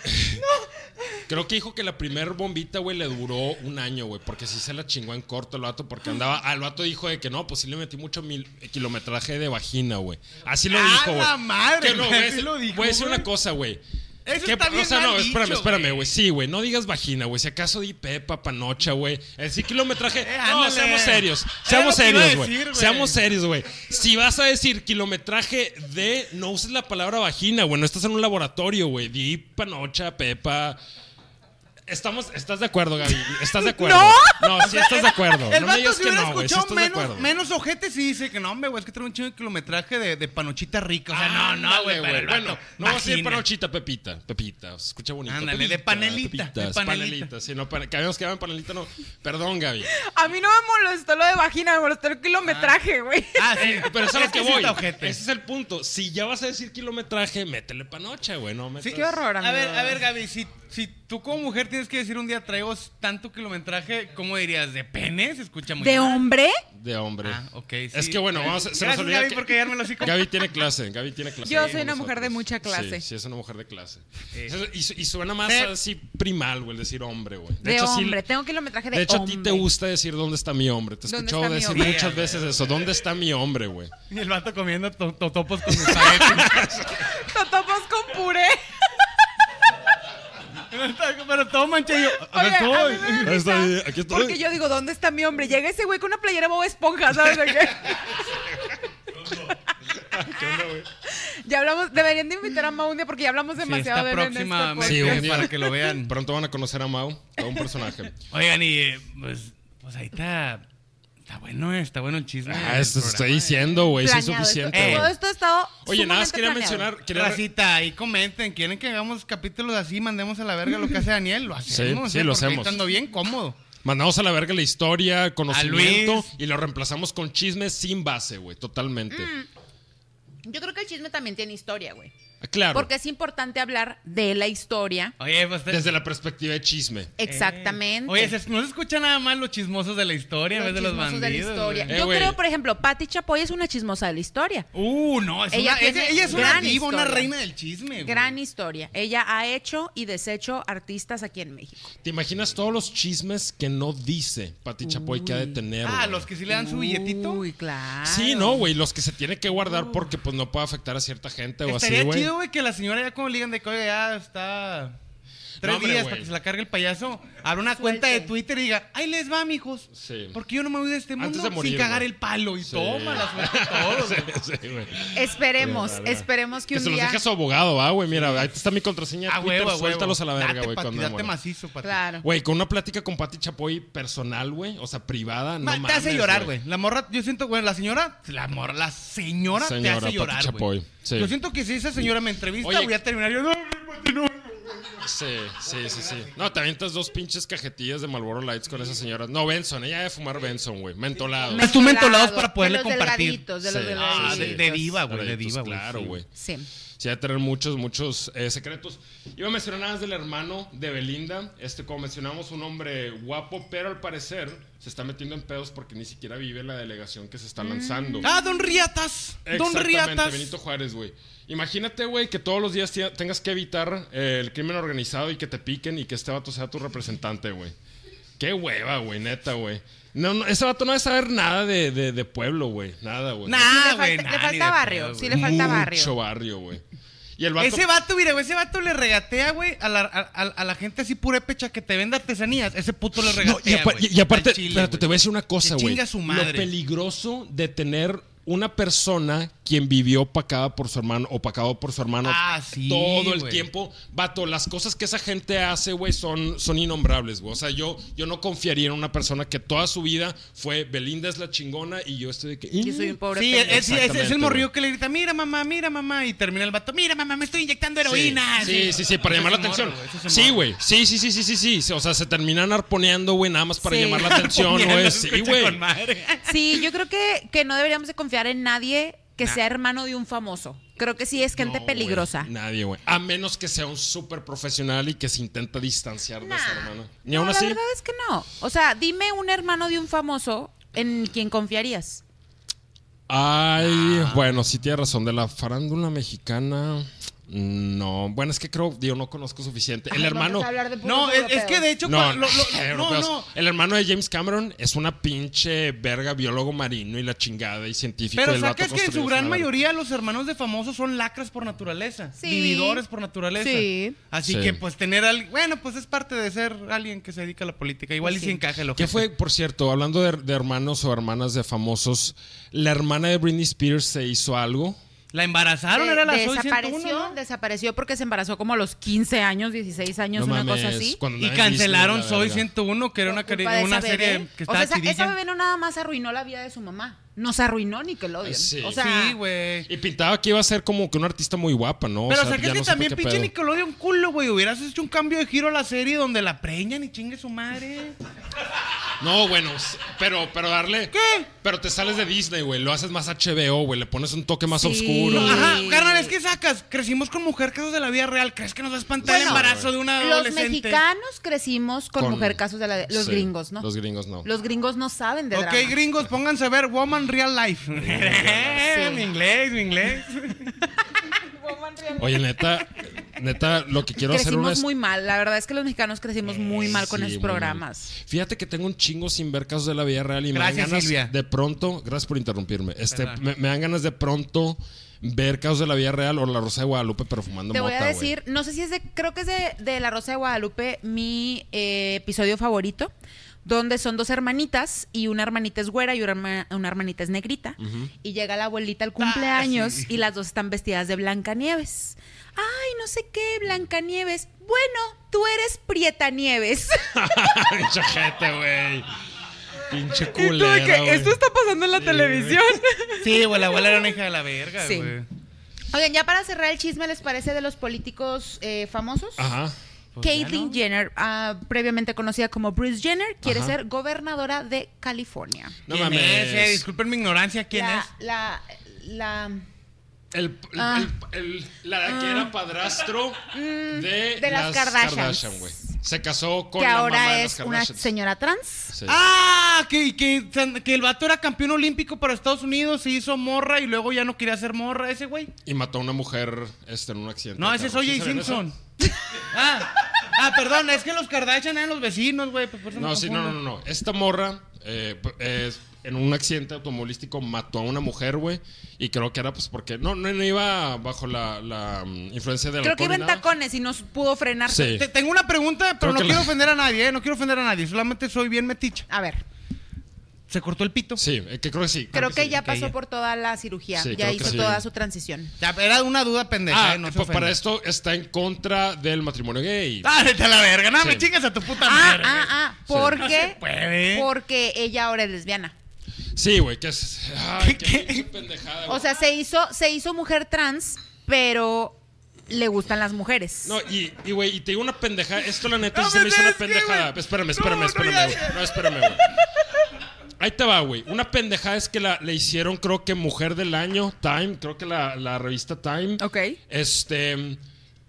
[SPEAKER 2] creo que dijo que la primer bombita, güey, le duró un año, güey, porque sí se la chingó en corto el vato, porque andaba, al vato dijo de que no, pues sí le metí mucho mil, kilometraje de vagina, güey. Así lo
[SPEAKER 4] ¡A
[SPEAKER 2] dijo, güey.
[SPEAKER 4] la madre,
[SPEAKER 2] Que no,
[SPEAKER 4] güey!
[SPEAKER 2] güey,
[SPEAKER 4] Así lo dijo,
[SPEAKER 2] voy a decir
[SPEAKER 4] güey.
[SPEAKER 2] una cosa, güey.
[SPEAKER 4] Eso
[SPEAKER 2] Que-
[SPEAKER 4] está bien
[SPEAKER 2] o sea,
[SPEAKER 4] mal
[SPEAKER 2] no,
[SPEAKER 4] dicho,
[SPEAKER 2] espérame, espérame,
[SPEAKER 4] güey.
[SPEAKER 2] güey. Sí, güey, no digas vagina, güey. Si acaso di Pepa, Panocha, güey. Así kilometraje.
[SPEAKER 4] Eh,
[SPEAKER 2] no,
[SPEAKER 4] ándale.
[SPEAKER 2] seamos serios.
[SPEAKER 4] Era
[SPEAKER 2] Seamos
[SPEAKER 4] lo que iba a
[SPEAKER 2] serios, güey.
[SPEAKER 4] decir, güey.
[SPEAKER 2] Seamos serios, güey. Si vas a decir kilometraje de, no uses la palabra vagina, güey. No estás en un laboratorio, güey. Di panocha, pepa. Estamos, estás de acuerdo, Gaby. Estás de acuerdo.
[SPEAKER 3] ¡No!
[SPEAKER 2] no sí estás de acuerdo.
[SPEAKER 4] El
[SPEAKER 2] no me
[SPEAKER 4] vato
[SPEAKER 2] digas
[SPEAKER 4] si
[SPEAKER 2] que
[SPEAKER 4] hubiera
[SPEAKER 2] no, güey. Sí
[SPEAKER 4] escuchado
[SPEAKER 2] estás de acuerdo.
[SPEAKER 4] menos, menos ojetes y dice que no, hombre, güey, es que trae un chingo de kilometraje de, de panochita rica. O sea,
[SPEAKER 2] Ah,
[SPEAKER 4] no, no, güey, pero el vato,
[SPEAKER 2] Bueno, no vas a decir
[SPEAKER 4] vagina.
[SPEAKER 2] panochita, pepita. Pepita, se escucha bonito.
[SPEAKER 4] Ándale,
[SPEAKER 2] Pepita,
[SPEAKER 4] de panelita,
[SPEAKER 2] pepitas,
[SPEAKER 4] de panelita.
[SPEAKER 2] Sí, no, pan- que habíamos quedado en panelita, no. Perdón, Gaby.
[SPEAKER 3] A mí no me molestó lo de vagina, me molestó el kilometraje, güey.
[SPEAKER 4] Ah, sí,
[SPEAKER 2] Eh, pero es a lo
[SPEAKER 4] Es
[SPEAKER 2] que
[SPEAKER 4] que sí
[SPEAKER 2] voy.
[SPEAKER 4] está ojete.
[SPEAKER 2] Ese es el punto. Si ya vas a decir kilometraje, métele panocha, güey. No, metas-
[SPEAKER 4] Sí.
[SPEAKER 3] Qué horror,
[SPEAKER 4] A ver,
[SPEAKER 3] amigo.
[SPEAKER 4] a ver, Gaby, si, si tú como mujer tienes que decir un día traigo tanto kilometraje, ¿cómo dirías? ¿De pene? Se escucha muy
[SPEAKER 3] ¿De
[SPEAKER 4] mal.
[SPEAKER 3] hombre?
[SPEAKER 2] De hombre.
[SPEAKER 4] Ah, ok,
[SPEAKER 2] Es
[SPEAKER 4] sí.
[SPEAKER 2] que bueno, vamos a, se nos
[SPEAKER 4] Gracias,
[SPEAKER 2] olvida.
[SPEAKER 4] Gaby,
[SPEAKER 2] que-
[SPEAKER 4] por callármelo así como-
[SPEAKER 2] Gaby tiene clase, Gaby tiene clase.
[SPEAKER 3] Yo
[SPEAKER 2] Sí,
[SPEAKER 3] soy una
[SPEAKER 2] nosotros.
[SPEAKER 3] mujer de mucha clase.
[SPEAKER 2] Sí, sí, es una mujer de clase.
[SPEAKER 4] Eh.
[SPEAKER 2] Eso- Y, su- y suena más
[SPEAKER 4] Eh.
[SPEAKER 2] así primal, güey, el decir hombre, güey.
[SPEAKER 3] De,
[SPEAKER 2] hecho, sí-
[SPEAKER 3] hombre, tengo kilometraje de,
[SPEAKER 2] de hecho,
[SPEAKER 3] hombre.
[SPEAKER 2] a ti te gusta decir dónde está mi hombre. Te he
[SPEAKER 3] ¿Dónde
[SPEAKER 2] escuchado
[SPEAKER 3] está mi
[SPEAKER 2] decir
[SPEAKER 3] hombre?
[SPEAKER 2] muchas veces eso. ¿Dónde está mi hombre, güey?
[SPEAKER 4] Y el vato comiendo to- totopos con espagueti.
[SPEAKER 3] Totopos con puré.
[SPEAKER 4] pero todo manchado. A
[SPEAKER 3] Oye, a
[SPEAKER 4] ver,
[SPEAKER 3] mí
[SPEAKER 4] todo.
[SPEAKER 3] me da
[SPEAKER 2] Estoy-
[SPEAKER 3] risa,
[SPEAKER 2] aquí estoy.
[SPEAKER 3] Porque yo digo, ¿dónde está mi hombre? Llega ese güey con una playera boba esponja, ¿sabes de qué? Ya hablamos, deberían de invitar a Mau un día porque ya hablamos
[SPEAKER 4] Sí,
[SPEAKER 3] demasiado de
[SPEAKER 4] está
[SPEAKER 3] él en este
[SPEAKER 4] próxima
[SPEAKER 3] podcast.
[SPEAKER 2] Sí,
[SPEAKER 4] Messi,
[SPEAKER 2] un día.
[SPEAKER 4] para que lo vean.
[SPEAKER 2] Pronto van a conocer a Mau, todo un personaje.
[SPEAKER 4] Oigan, y eh, pues, pues ahí está. Está bueno, eh, está bueno el chisme.
[SPEAKER 2] Ah,
[SPEAKER 4] del
[SPEAKER 2] esto te estoy
[SPEAKER 4] programa, eh.
[SPEAKER 2] diciendo, güey, sí es
[SPEAKER 3] Planeado,
[SPEAKER 2] suficiente.
[SPEAKER 3] esto-
[SPEAKER 4] Eh.
[SPEAKER 3] Todo esto ha estado
[SPEAKER 2] Oye, nada más
[SPEAKER 3] sumamente
[SPEAKER 2] quería
[SPEAKER 3] planeado.
[SPEAKER 2] mencionar. Quería
[SPEAKER 4] Racita, ahí comenten. ¿Quieren que hagamos capítulos así? Mandemos a la verga lo que hace Daniel. Lo hacemos.
[SPEAKER 2] sí,
[SPEAKER 4] eh,
[SPEAKER 2] lo
[SPEAKER 4] porque
[SPEAKER 2] hacemos.
[SPEAKER 4] Estando bien cómodo.
[SPEAKER 2] Mandamos a la verga la historia, conocimiento
[SPEAKER 4] Luis.
[SPEAKER 2] y lo reemplazamos con chismes sin base, güey, totalmente.
[SPEAKER 3] Mm. Yo creo que el chisme también tiene historia, güey.
[SPEAKER 2] Ah, Claro,
[SPEAKER 3] Porque es importante hablar de la historia.
[SPEAKER 4] Oye, pues. te-
[SPEAKER 2] desde la perspectiva de chisme.
[SPEAKER 3] Exactamente.
[SPEAKER 4] Eh, Oye, se- no se escucha nada más los chismosos de la historia en vez de los
[SPEAKER 3] chismosos
[SPEAKER 4] bandidos.
[SPEAKER 3] de la historia.
[SPEAKER 4] güey.
[SPEAKER 2] Eh,
[SPEAKER 3] Yo
[SPEAKER 2] güey.
[SPEAKER 3] creo, por ejemplo, Patti Chapoy es una chismosa de la historia.
[SPEAKER 4] Uh, no, es
[SPEAKER 3] Ella
[SPEAKER 4] una,
[SPEAKER 3] tiene
[SPEAKER 4] ella, ella es una
[SPEAKER 3] gran
[SPEAKER 4] diva, una
[SPEAKER 3] historia.
[SPEAKER 4] reina del chisme. güey.
[SPEAKER 3] Gran historia. Ella ha hecho y deshecho artistas aquí en México.
[SPEAKER 2] ¿Te imaginas todos los chismes que no dice Pati Chapoy que ha de tener?
[SPEAKER 4] Ah,
[SPEAKER 2] güey?
[SPEAKER 4] los que sí le dan su billetito.
[SPEAKER 3] Uy, claro.
[SPEAKER 2] Sí, no, güey, los que se tiene que guardar porque pues no puede afectar a cierta gente o
[SPEAKER 4] Estaría
[SPEAKER 2] así, güey.
[SPEAKER 4] chido, güey, que la señora ya como le digan de que oye, ya está tres
[SPEAKER 2] No, hombre,
[SPEAKER 4] días
[SPEAKER 2] güey.
[SPEAKER 4] para que se la cargue el payaso. Abra una
[SPEAKER 3] Suelte.
[SPEAKER 4] cuenta de Twitter y diga, ahí les va, mijos.
[SPEAKER 2] Sí.
[SPEAKER 4] Porque yo no me voy de este
[SPEAKER 2] Antes
[SPEAKER 4] mundo
[SPEAKER 2] de morir,
[SPEAKER 4] sin cagar
[SPEAKER 2] güey.
[SPEAKER 4] el palo. Y
[SPEAKER 2] Sí.
[SPEAKER 4] toma la suerte
[SPEAKER 2] Sí,
[SPEAKER 4] a todos. güey.
[SPEAKER 2] sí, güey.
[SPEAKER 3] Esperemos,
[SPEAKER 2] Claro.
[SPEAKER 3] esperemos que,
[SPEAKER 2] Que
[SPEAKER 3] un
[SPEAKER 2] se los
[SPEAKER 3] día.
[SPEAKER 2] deje a su abogado, ah, güey. Mira, ahí está mi contraseña de
[SPEAKER 4] A
[SPEAKER 2] Twitter,
[SPEAKER 4] huevo, a huevo.
[SPEAKER 2] suéltalos a la verga,
[SPEAKER 4] Date,
[SPEAKER 2] güey.
[SPEAKER 4] Pati,
[SPEAKER 2] cuando me
[SPEAKER 4] Date
[SPEAKER 2] muera.
[SPEAKER 4] macizo, Pati.
[SPEAKER 3] Claro.
[SPEAKER 2] Güey, con una plática con Pati Chapoy personal, güey. O sea, privada, no
[SPEAKER 4] Ma-
[SPEAKER 2] mames,
[SPEAKER 4] te hace llorar, güey. La morra, yo siento, güey, la señora, la morra, la señora,
[SPEAKER 2] Señora
[SPEAKER 4] te hace
[SPEAKER 2] Pati
[SPEAKER 4] llorar, güey.
[SPEAKER 2] Chapoy, sí.
[SPEAKER 4] Yo siento que si esa señora me entrevista,
[SPEAKER 2] Oye.
[SPEAKER 4] voy a terminar yo. No, Pati, no.
[SPEAKER 2] Sí, sí, sí, sí. No, te avientas dos pinches cajetillas de Marlboro Lights con esa señora. No, Benson, ella debe fumar Benson, güey. Mentolado.
[SPEAKER 4] Me- Instrumentos
[SPEAKER 3] Mentolados,
[SPEAKER 4] lados para poderle
[SPEAKER 3] de los
[SPEAKER 4] compartir.
[SPEAKER 3] delgaditos, de los
[SPEAKER 2] Sí,
[SPEAKER 3] delgaditos.
[SPEAKER 4] Ah,
[SPEAKER 2] sí,
[SPEAKER 4] de,
[SPEAKER 2] sí.
[SPEAKER 4] de diva, güey, de
[SPEAKER 2] Claro,
[SPEAKER 4] diva, güey.
[SPEAKER 2] Claro,
[SPEAKER 4] sí.
[SPEAKER 2] güey.
[SPEAKER 3] Sí.
[SPEAKER 2] Sí, va a tener muchos, muchos eh, secretos. Iba a mencionar nada más del hermano de Belinda. Este, como mencionamos, un hombre guapo, pero al parecer se está metiendo en pedos porque ni siquiera vive la delegación que se está lanzando.
[SPEAKER 4] Ah, don Riatas. Don
[SPEAKER 2] Exactamente,
[SPEAKER 4] Riatas.
[SPEAKER 2] Benito Juárez, güey. Imagínate, güey, que todos los días te- tengas que evitar eh, el crimen organizado y que te piquen y que este vato sea tu representante, güey. Qué hueva, güey, neta, güey. No, no, ese vato no debe saber nada de, de- de pueblo, güey. Nada, güey.
[SPEAKER 4] Nah,
[SPEAKER 3] Sí le
[SPEAKER 4] Ah, güey,
[SPEAKER 3] falta-
[SPEAKER 4] nah,
[SPEAKER 3] le
[SPEAKER 4] ni
[SPEAKER 3] falta
[SPEAKER 4] de
[SPEAKER 3] barrio,
[SPEAKER 4] pedo,
[SPEAKER 3] sí le
[SPEAKER 4] güey.
[SPEAKER 3] falta
[SPEAKER 2] Mucho
[SPEAKER 3] barrio.
[SPEAKER 2] barrio, güey. Y el vato...
[SPEAKER 4] Ese vato, mira, güey, ese vato le regatea, güey, a la, a, a- a la gente así purépecha que te vende artesanías. Ese puto le
[SPEAKER 2] No, y,
[SPEAKER 4] regatea.
[SPEAKER 2] apa-
[SPEAKER 4] güey,
[SPEAKER 2] y- y aparte,
[SPEAKER 4] al chile,
[SPEAKER 2] espérate,
[SPEAKER 4] güey.
[SPEAKER 2] te voy a decir una cosa,
[SPEAKER 4] Que
[SPEAKER 2] güey.
[SPEAKER 4] chinga su
[SPEAKER 2] Lo
[SPEAKER 4] madre.
[SPEAKER 2] peligroso de tener una persona quien vivió pacada por su hermano o pacado por su hermano
[SPEAKER 4] Ah, sí,
[SPEAKER 2] todo el
[SPEAKER 4] güey.
[SPEAKER 2] tiempo. Vato, las cosas que esa gente hace, güey, son, son innombrables, güey. O sea, yo, yo no confiaría en una persona que toda su vida fue Belinda es la chingona y yo estoy de que.
[SPEAKER 3] Yo soy un pobre
[SPEAKER 4] Sí,
[SPEAKER 3] pendejo.
[SPEAKER 4] es, sí, es- es
[SPEAKER 2] Exactamente,
[SPEAKER 4] el morrillo
[SPEAKER 2] güey.
[SPEAKER 4] que le grita, mira mamá, mira mamá, y termina el vato, mira mamá, me estoy inyectando heroína.
[SPEAKER 2] Sí, sí, sí, sí, para
[SPEAKER 4] Ese
[SPEAKER 2] llamar la
[SPEAKER 4] es el
[SPEAKER 2] atención.
[SPEAKER 4] morro, ese es el
[SPEAKER 2] sí,
[SPEAKER 4] morro.
[SPEAKER 2] güey. Sí, sí, sí, sí, sí, sí. O sea, se terminan arponeando, güey, nada más para
[SPEAKER 3] Sí.
[SPEAKER 2] llamar la atención,
[SPEAKER 4] Poniendo,
[SPEAKER 2] güey. Sí,
[SPEAKER 4] se escucha
[SPEAKER 2] güey.
[SPEAKER 4] con madre.
[SPEAKER 3] Sí, yo creo que, que no deberíamos de confiar en nadie que
[SPEAKER 4] Nah.
[SPEAKER 3] sea hermano de un famoso. Creo que sí es gente
[SPEAKER 2] No, güey,
[SPEAKER 3] peligrosa.
[SPEAKER 2] nadie, güey. A menos que sea un súper profesional y que se intenta distanciar de su
[SPEAKER 3] Nah.
[SPEAKER 2] hermano. Ni
[SPEAKER 3] No,
[SPEAKER 2] aún
[SPEAKER 3] la
[SPEAKER 2] así.
[SPEAKER 3] verdad es que no. O sea, dime un hermano de un famoso en quien confiarías.
[SPEAKER 2] Ay, bueno, sí tiene razón. De la farándula mexicana. No, bueno, es que creo, yo no conozco suficiente. El hermano.
[SPEAKER 4] No, es, es que de hecho,
[SPEAKER 2] No,
[SPEAKER 4] cuando- lo- lo- no,
[SPEAKER 2] europeos.
[SPEAKER 4] no.
[SPEAKER 2] El hermano de James Cameron es una pinche verga biólogo marino y la chingada y científico.
[SPEAKER 4] Pero
[SPEAKER 2] del vato
[SPEAKER 4] sacas que en
[SPEAKER 2] construyó
[SPEAKER 4] su
[SPEAKER 2] esa
[SPEAKER 4] gran
[SPEAKER 2] verga.
[SPEAKER 4] mayoría los hermanos de famosos son lacras por naturaleza,
[SPEAKER 3] Sí.
[SPEAKER 4] vividores por naturaleza.
[SPEAKER 3] Sí.
[SPEAKER 4] Así
[SPEAKER 2] Sí.
[SPEAKER 4] que pues tener al bueno, pues es parte de ser alguien que se dedica a la política, igual
[SPEAKER 3] Sí.
[SPEAKER 4] y se encaja lo
[SPEAKER 2] ¿Qué
[SPEAKER 4] que
[SPEAKER 2] fue, por cierto, hablando de, de hermanos o hermanas de famosos, la hermana de Britney Spears se hizo algo?
[SPEAKER 4] La embarazaron,
[SPEAKER 3] De-
[SPEAKER 4] Ah, era la Soy 101,
[SPEAKER 3] desapareció,
[SPEAKER 4] ¿no?
[SPEAKER 3] desapareció porque se embarazó como a los 15 años, 16 años,
[SPEAKER 2] No
[SPEAKER 3] una
[SPEAKER 2] mames,
[SPEAKER 3] cosa así.
[SPEAKER 2] cuando
[SPEAKER 4] Y
[SPEAKER 2] andaba en
[SPEAKER 4] cancelaron
[SPEAKER 2] Disney, la
[SPEAKER 4] Soy
[SPEAKER 2] verga.
[SPEAKER 4] 101, que era una,
[SPEAKER 3] Por culpa
[SPEAKER 4] cari-
[SPEAKER 3] de
[SPEAKER 4] una
[SPEAKER 3] esa
[SPEAKER 4] serie
[SPEAKER 3] bebé. o
[SPEAKER 4] que estaba
[SPEAKER 3] sea, esa,
[SPEAKER 4] chidilla.
[SPEAKER 3] esa bebé no nada más arruinó la vida de su mamá. Nos arruinó Nickelodeon.
[SPEAKER 2] Ay, sí.
[SPEAKER 3] O sea,
[SPEAKER 4] sí, güey.
[SPEAKER 2] Y pintaba que iba a ser como que una artista muy guapa, ¿no?
[SPEAKER 4] Pero
[SPEAKER 2] o sea,
[SPEAKER 4] sacas
[SPEAKER 2] ya
[SPEAKER 4] que
[SPEAKER 2] no supe
[SPEAKER 4] también
[SPEAKER 2] qué
[SPEAKER 4] pinche
[SPEAKER 2] pedo.
[SPEAKER 4] Nickelodeon culo, güey. Hubieras hecho un cambio de giro a la serie donde la preñan y chingue su madre.
[SPEAKER 2] No, bueno, s- pero, pero darle.
[SPEAKER 4] ¿Qué?
[SPEAKER 2] Pero te sales de Disney, güey. Lo haces más HBO, güey. Le pones un toque más
[SPEAKER 3] Sí.
[SPEAKER 2] oscuro.
[SPEAKER 3] No,
[SPEAKER 2] güey.
[SPEAKER 4] Ajá, carnal, es que sacas. Crecimos con mujer casos de la vida real. ¿Crees que nos va a espantar el
[SPEAKER 3] Bueno,
[SPEAKER 4] embarazo de una
[SPEAKER 3] los
[SPEAKER 4] adolescente?
[SPEAKER 3] mexicanos crecimos con,
[SPEAKER 2] Con-
[SPEAKER 3] mujer casos de la los
[SPEAKER 2] Sí,
[SPEAKER 3] gringos, ¿no?
[SPEAKER 2] Los
[SPEAKER 3] Los,
[SPEAKER 2] gringos no.
[SPEAKER 3] gringos no saben de
[SPEAKER 4] Ok,
[SPEAKER 3] drama.
[SPEAKER 4] gringos, pónganse a ver Woman Real Life. mi inglés, mi inglés.
[SPEAKER 2] Oye, neta, neta, lo que quiero hacer una
[SPEAKER 3] crecimos
[SPEAKER 2] es- Eh,
[SPEAKER 3] muy mal. La verdad es que los mexicanos crecimos muy mal con
[SPEAKER 2] Sí,
[SPEAKER 3] esos
[SPEAKER 2] muy mal.
[SPEAKER 3] programas.
[SPEAKER 2] Fíjate que tengo un chingo sin ver casos de la vida real y me
[SPEAKER 4] Gracias,
[SPEAKER 2] dan ganas
[SPEAKER 4] Silvia.
[SPEAKER 2] de pronto, gracias por interrumpirme, este,
[SPEAKER 4] Perdón.
[SPEAKER 2] me, me dan ganas de pronto ver casos de la vida real o la Rosa de Guadalupe pero fumando
[SPEAKER 3] Te voy
[SPEAKER 2] mota,
[SPEAKER 3] a
[SPEAKER 2] güey.
[SPEAKER 3] decir, no sé si es de, creo que es de, de La Rosa de Guadalupe, mi eh, episodio favorito, donde son dos hermanitas y una hermanita es güera y una, herma- una hermanita es negrita. Y llega la abuelita al
[SPEAKER 2] Ah,
[SPEAKER 3] cumpleaños
[SPEAKER 4] sí.
[SPEAKER 3] y las dos están vestidas de Blancanieves. Ay, no sé qué, Blancanieves. Bueno, tú eres Prieta Nieves.
[SPEAKER 2] Pinche gente, güey. Pinche
[SPEAKER 3] Y tú de
[SPEAKER 2] culera,
[SPEAKER 3] que,
[SPEAKER 2] güey.
[SPEAKER 3] Esto está pasando en la televisión.
[SPEAKER 4] Sí, güey, la abuela era una hija de la verga,
[SPEAKER 3] Sí.
[SPEAKER 4] güey.
[SPEAKER 3] Oigan, ya para cerrar el chisme, ¿les parece de los políticos eh, famosos?
[SPEAKER 2] Ajá.
[SPEAKER 4] Pues ya
[SPEAKER 3] Caitlyn
[SPEAKER 4] no.
[SPEAKER 3] Jenner, ah, previamente conocida como Bruce Jenner, quiere
[SPEAKER 2] Ajá.
[SPEAKER 3] ser gobernadora de California.
[SPEAKER 2] No
[SPEAKER 4] ¿Quién
[SPEAKER 2] mames.
[SPEAKER 4] es? Eh, disculpen mi ignorancia, ¿quién
[SPEAKER 3] la,
[SPEAKER 4] es?
[SPEAKER 3] La, la-
[SPEAKER 2] El, el-
[SPEAKER 3] Ah. Mm,
[SPEAKER 2] el- el- la que era padrastro de,
[SPEAKER 3] de las
[SPEAKER 2] las
[SPEAKER 3] Kardashians.
[SPEAKER 2] Kardashian, güey. Se casó con
[SPEAKER 3] que
[SPEAKER 2] la
[SPEAKER 3] ahora
[SPEAKER 2] mamá de las
[SPEAKER 3] es una
[SPEAKER 2] Kardashians.
[SPEAKER 3] señora trans.
[SPEAKER 2] Sí.
[SPEAKER 4] Ah, que, que, que el vato era campeón olímpico para Estados Unidos, se hizo morra y luego ya no quería ser morra ese güey.
[SPEAKER 2] Y mató a una mujer este, en un accidente.
[SPEAKER 4] No,
[SPEAKER 2] de
[SPEAKER 4] ese es
[SPEAKER 2] carro. ¿Sí
[SPEAKER 4] OJ
[SPEAKER 2] sabían eso?
[SPEAKER 4] Simpson. Ah, ah, perdón, es que los Kardashian eran los vecinos, güey. pues por eso me
[SPEAKER 2] No, sí, no, no,
[SPEAKER 4] confundo.
[SPEAKER 2] no. no. Esta morra eh, p- es- en un accidente automovilístico mató a una mujer, güey. Y creo que era pues porque no, no, no iba bajo la, la, mm, influencia del
[SPEAKER 3] Creo que
[SPEAKER 2] alcohol
[SPEAKER 3] iba en
[SPEAKER 2] ni nada.
[SPEAKER 3] tacones y no s- pudo frenar.
[SPEAKER 2] Sí.
[SPEAKER 4] Te- tengo una pregunta,
[SPEAKER 2] Creo
[SPEAKER 4] pero no
[SPEAKER 2] que la-
[SPEAKER 4] quiero ofender a nadie, ¿eh? No quiero ofender a nadie, solamente soy bien meticha.
[SPEAKER 3] A ver,
[SPEAKER 4] ¿Se cortó el pito?
[SPEAKER 2] Sí, eh, que creo que sí.
[SPEAKER 3] creo, que,
[SPEAKER 2] Ah, sí.
[SPEAKER 3] ya
[SPEAKER 4] que
[SPEAKER 3] pasó
[SPEAKER 4] ya.
[SPEAKER 3] por toda la cirugía,
[SPEAKER 2] Sí,
[SPEAKER 3] ya
[SPEAKER 2] creo que
[SPEAKER 3] hizo
[SPEAKER 2] sí.
[SPEAKER 3] toda su transición.
[SPEAKER 4] Ya, era una duda pendeja,
[SPEAKER 2] Ah,
[SPEAKER 4] ¿eh? No se
[SPEAKER 2] pues para
[SPEAKER 4] ofendan.
[SPEAKER 2] esto está en contra del matrimonio gay.
[SPEAKER 4] Ah, vete a la verga, no me
[SPEAKER 2] Sí.
[SPEAKER 4] chingas a tu puta
[SPEAKER 3] Ah,
[SPEAKER 4] madre.
[SPEAKER 3] ah, ah, porque,
[SPEAKER 4] No se puede.
[SPEAKER 3] porque ella ahora es lesbiana.
[SPEAKER 2] Sí, güey, que es. Ay,
[SPEAKER 4] ¿Qué-
[SPEAKER 2] qué,
[SPEAKER 4] qué?
[SPEAKER 2] pinche pendejada,
[SPEAKER 3] O
[SPEAKER 2] güey.
[SPEAKER 3] sea, se hizo, se hizo mujer trans, pero le gustan las mujeres.
[SPEAKER 2] No, y, y, güey, y te digo una pendejada. Esto, la neta,
[SPEAKER 4] No,
[SPEAKER 2] sí se me hizo
[SPEAKER 4] pero
[SPEAKER 2] una
[SPEAKER 4] es que,
[SPEAKER 2] pendejada.
[SPEAKER 4] güey.
[SPEAKER 2] Espérame,
[SPEAKER 4] No,
[SPEAKER 2] espérame,
[SPEAKER 4] no, ya,
[SPEAKER 2] espérame, güey.
[SPEAKER 4] ya.
[SPEAKER 2] No, espérame, güey. Ahí te va, güey. Una pendejada es que la, le hicieron, creo que Mujer del Año, Time, creo que la, la revista Time.
[SPEAKER 3] Ok.
[SPEAKER 2] Este.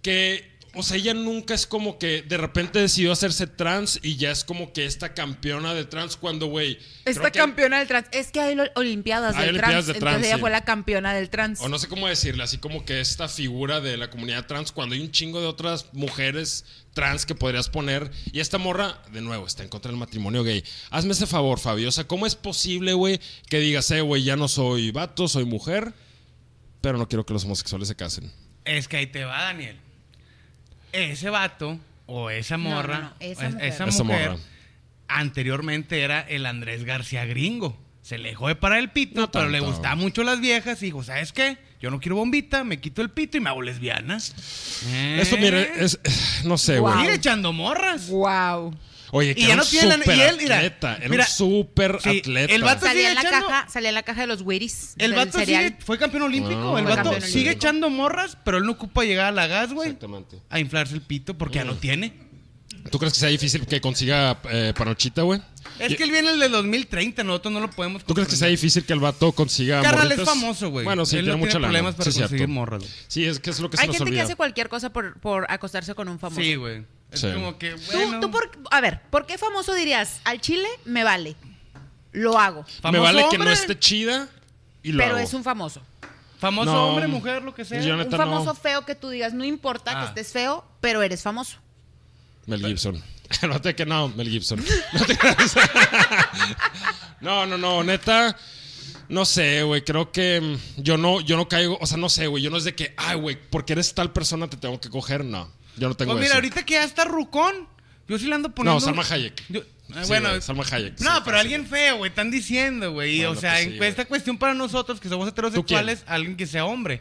[SPEAKER 2] Que o sea, ella nunca es como que de repente decidió hacerse trans y ya es como que esta campeona de trans cuando, güey. creo
[SPEAKER 3] Esta
[SPEAKER 2] que-
[SPEAKER 3] campeona del trans. Es que hay lo- olimpiadas,
[SPEAKER 2] Hay
[SPEAKER 3] del,
[SPEAKER 2] olimpiadas
[SPEAKER 3] trans,
[SPEAKER 2] de trans,
[SPEAKER 3] Entonces ella
[SPEAKER 2] sí.
[SPEAKER 3] fue la campeona del trans.
[SPEAKER 2] O no sé cómo decirle, así como que esta figura de la comunidad trans, cuando hay un chingo de otras mujeres trans que podrías poner, y esta morra, de nuevo, está en contra del matrimonio gay. Hazme ese favor, Fabio. O sea, ¿cómo es posible, güey, que digas, eh, güey, ya no soy vato, soy mujer, pero no quiero que los homosexuales se casen?
[SPEAKER 4] Es que ahí te va, Daniel. Ese vato o esa
[SPEAKER 3] No,
[SPEAKER 4] morra,
[SPEAKER 3] no, no, esa
[SPEAKER 4] o es-
[SPEAKER 3] mujer.
[SPEAKER 4] esa
[SPEAKER 2] Esa
[SPEAKER 4] mujer,
[SPEAKER 2] morra.
[SPEAKER 4] anteriormente era el Andrés García Gringo. Se le dejó de parar el pito,
[SPEAKER 2] No
[SPEAKER 4] pero le
[SPEAKER 2] tanto.
[SPEAKER 4] gustaban mucho las viejas y dijo, ¿sabes qué? Yo no quiero bombita, me quito el pito y me hago lesbiana.
[SPEAKER 2] Esto,
[SPEAKER 4] Eh.
[SPEAKER 2] mire, es, no sé, güey.
[SPEAKER 3] Guau.
[SPEAKER 4] Sigue echando morras.
[SPEAKER 3] Wow.
[SPEAKER 2] Oye,
[SPEAKER 4] Y
[SPEAKER 2] que
[SPEAKER 4] ya
[SPEAKER 2] era
[SPEAKER 4] no
[SPEAKER 2] un
[SPEAKER 4] tiene la- y
[SPEAKER 2] súper
[SPEAKER 4] él, mira,
[SPEAKER 2] atleta. Era
[SPEAKER 4] mira,
[SPEAKER 2] un súper
[SPEAKER 4] sí,
[SPEAKER 2] atleta.
[SPEAKER 4] el vato-
[SPEAKER 3] Salía en, la
[SPEAKER 4] echando-
[SPEAKER 3] caja, salía en la caja de los Wiris.
[SPEAKER 4] El vato sigue, fue campeón olímpico.
[SPEAKER 2] No,
[SPEAKER 4] el
[SPEAKER 3] fue
[SPEAKER 4] vato
[SPEAKER 3] campeón
[SPEAKER 4] sigue
[SPEAKER 2] Ah. olímpico.
[SPEAKER 4] echando morras, pero él no ocupa llegar a la gas, güey.
[SPEAKER 2] Exactamente. Mm.
[SPEAKER 4] A inflarse el pito porque ya no tiene.
[SPEAKER 2] ¿Tú crees que sea difícil que consiga eh, Panochita, güey?
[SPEAKER 4] Es que él viene el de 2030, nosotros no lo podemos
[SPEAKER 2] ¿Tú crees que sea
[SPEAKER 4] comprender.
[SPEAKER 2] difícil que el vato consiga
[SPEAKER 4] Carnal es
[SPEAKER 2] morritas?
[SPEAKER 4] famoso, güey.
[SPEAKER 2] Bueno, sí,
[SPEAKER 4] Él
[SPEAKER 2] tiene
[SPEAKER 4] no
[SPEAKER 2] mucha
[SPEAKER 4] tiene
[SPEAKER 2] lana.
[SPEAKER 4] problemas para
[SPEAKER 2] Sí, es cierto.
[SPEAKER 4] conseguir morras, güey.
[SPEAKER 2] Sí, es que es lo que se
[SPEAKER 3] Hay
[SPEAKER 2] nos
[SPEAKER 3] gente que
[SPEAKER 2] olvida.
[SPEAKER 3] hace cualquier cosa por, por acostarse con un famoso.
[SPEAKER 4] Sí, güey. Es
[SPEAKER 2] Sí.
[SPEAKER 4] como que,
[SPEAKER 3] ¿Tú,
[SPEAKER 4] bueno.
[SPEAKER 3] tú por, a ver, ¿por qué famoso dirías? Al chile me vale. Lo hago.
[SPEAKER 2] Me
[SPEAKER 4] famoso
[SPEAKER 2] vale que no
[SPEAKER 4] hombre,
[SPEAKER 2] esté chida y lo
[SPEAKER 3] Pero
[SPEAKER 2] hago.
[SPEAKER 3] es un famoso.
[SPEAKER 4] Famoso
[SPEAKER 2] No.
[SPEAKER 4] hombre, mujer, lo que sea.
[SPEAKER 2] Yo
[SPEAKER 3] Un
[SPEAKER 2] Neta,
[SPEAKER 3] famoso
[SPEAKER 2] no.
[SPEAKER 3] feo que tú digas, no importa
[SPEAKER 4] Ah.
[SPEAKER 3] que estés feo, pero eres famoso.
[SPEAKER 2] Mel Gibson. no te que no, Mel Gibson. No, te creas. no, no, no, neta. No sé, güey, creo que mm, yo no, yo no caigo, o sea, no sé, güey, yo no es de que, ay, güey, porque eres tal persona te tengo que coger, no, yo no tengo
[SPEAKER 4] Pues mira,
[SPEAKER 2] eso.
[SPEAKER 4] ahorita que ya está rucón, yo sí le ando poniendo...
[SPEAKER 2] No, Salma Hayek.
[SPEAKER 4] Yo- ah,
[SPEAKER 2] Sí,
[SPEAKER 4] bueno,
[SPEAKER 2] güey, Salma Hayek. sí,
[SPEAKER 4] No, pero
[SPEAKER 2] fácil.
[SPEAKER 4] alguien feo, güey, están diciendo, güey. y, o
[SPEAKER 2] Bueno,
[SPEAKER 4] sea,
[SPEAKER 2] pues
[SPEAKER 4] en
[SPEAKER 2] sí, güey.
[SPEAKER 4] esta cuestión para nosotros que somos heterosexuales,
[SPEAKER 2] ¿Tú
[SPEAKER 4] alguien que sea hombre.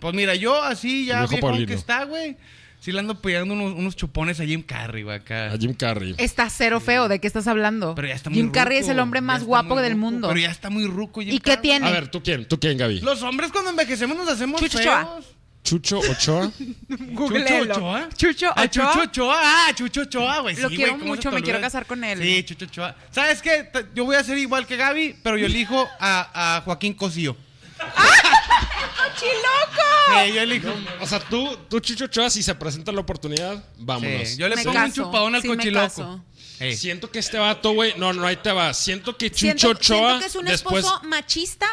[SPEAKER 4] Pues mira, yo así ya
[SPEAKER 2] El viejo
[SPEAKER 4] viejo que
[SPEAKER 2] Paulino.
[SPEAKER 4] está, güey. Sí le ando pegando unos, unos chupones a Jim Carrey, güey, acá.
[SPEAKER 2] A Jim Carrey.
[SPEAKER 3] Está cero feo, ¿de qué estás hablando?
[SPEAKER 4] Pero ya está muy
[SPEAKER 3] Jim Carrey es
[SPEAKER 4] ruco,
[SPEAKER 3] el hombre
[SPEAKER 4] ya
[SPEAKER 3] más
[SPEAKER 4] está
[SPEAKER 3] guapo
[SPEAKER 4] muy
[SPEAKER 3] del
[SPEAKER 4] ruco,
[SPEAKER 3] mundo.
[SPEAKER 4] Pero ya está muy ruco Jim
[SPEAKER 3] ¿Y qué
[SPEAKER 4] Carrey.
[SPEAKER 3] tiene?
[SPEAKER 2] A ver, ¿tú quién? ¿Tú quién, Gaby?
[SPEAKER 4] Los hombres cuando envejecemos nos hacemos
[SPEAKER 3] Chucho
[SPEAKER 4] feos.
[SPEAKER 3] Ochoa.
[SPEAKER 2] ¿Chucho Ochoa?
[SPEAKER 3] Googleelo.
[SPEAKER 4] Chucho
[SPEAKER 3] Chucho
[SPEAKER 4] Ochoa. Ah,
[SPEAKER 3] Ochoa.
[SPEAKER 4] Chucho Ochoa. Ah, Chucho Ochoa, güey.
[SPEAKER 3] Lo
[SPEAKER 4] sí,
[SPEAKER 3] quiero
[SPEAKER 4] güey, ¿cómo se
[SPEAKER 3] mucho,
[SPEAKER 4] te
[SPEAKER 3] me
[SPEAKER 4] olvida?
[SPEAKER 3] quiero casar con él.
[SPEAKER 4] Sí, Chucho Ochoa. ¿Sabes qué? T- Yo voy a ser igual que Gaby, pero yo elijo a, a Joaquín Cosío.
[SPEAKER 3] ¡Cochiloco!
[SPEAKER 4] Sí, yo elijo.
[SPEAKER 2] O sea, tú, tú Chucho Ochoa, si se presenta la oportunidad, vámonos.
[SPEAKER 4] Sí, yo le
[SPEAKER 3] Me
[SPEAKER 4] pongo un
[SPEAKER 3] caso,
[SPEAKER 4] chupadón al
[SPEAKER 3] sí me
[SPEAKER 4] cochiloco.
[SPEAKER 3] caso.
[SPEAKER 4] Ey.
[SPEAKER 2] Siento que este vato, güey. No, no, ahí te va. Siento que Chucho
[SPEAKER 3] Siento,
[SPEAKER 2] Ochoa.
[SPEAKER 3] siento que es un
[SPEAKER 2] después
[SPEAKER 3] esposo machista,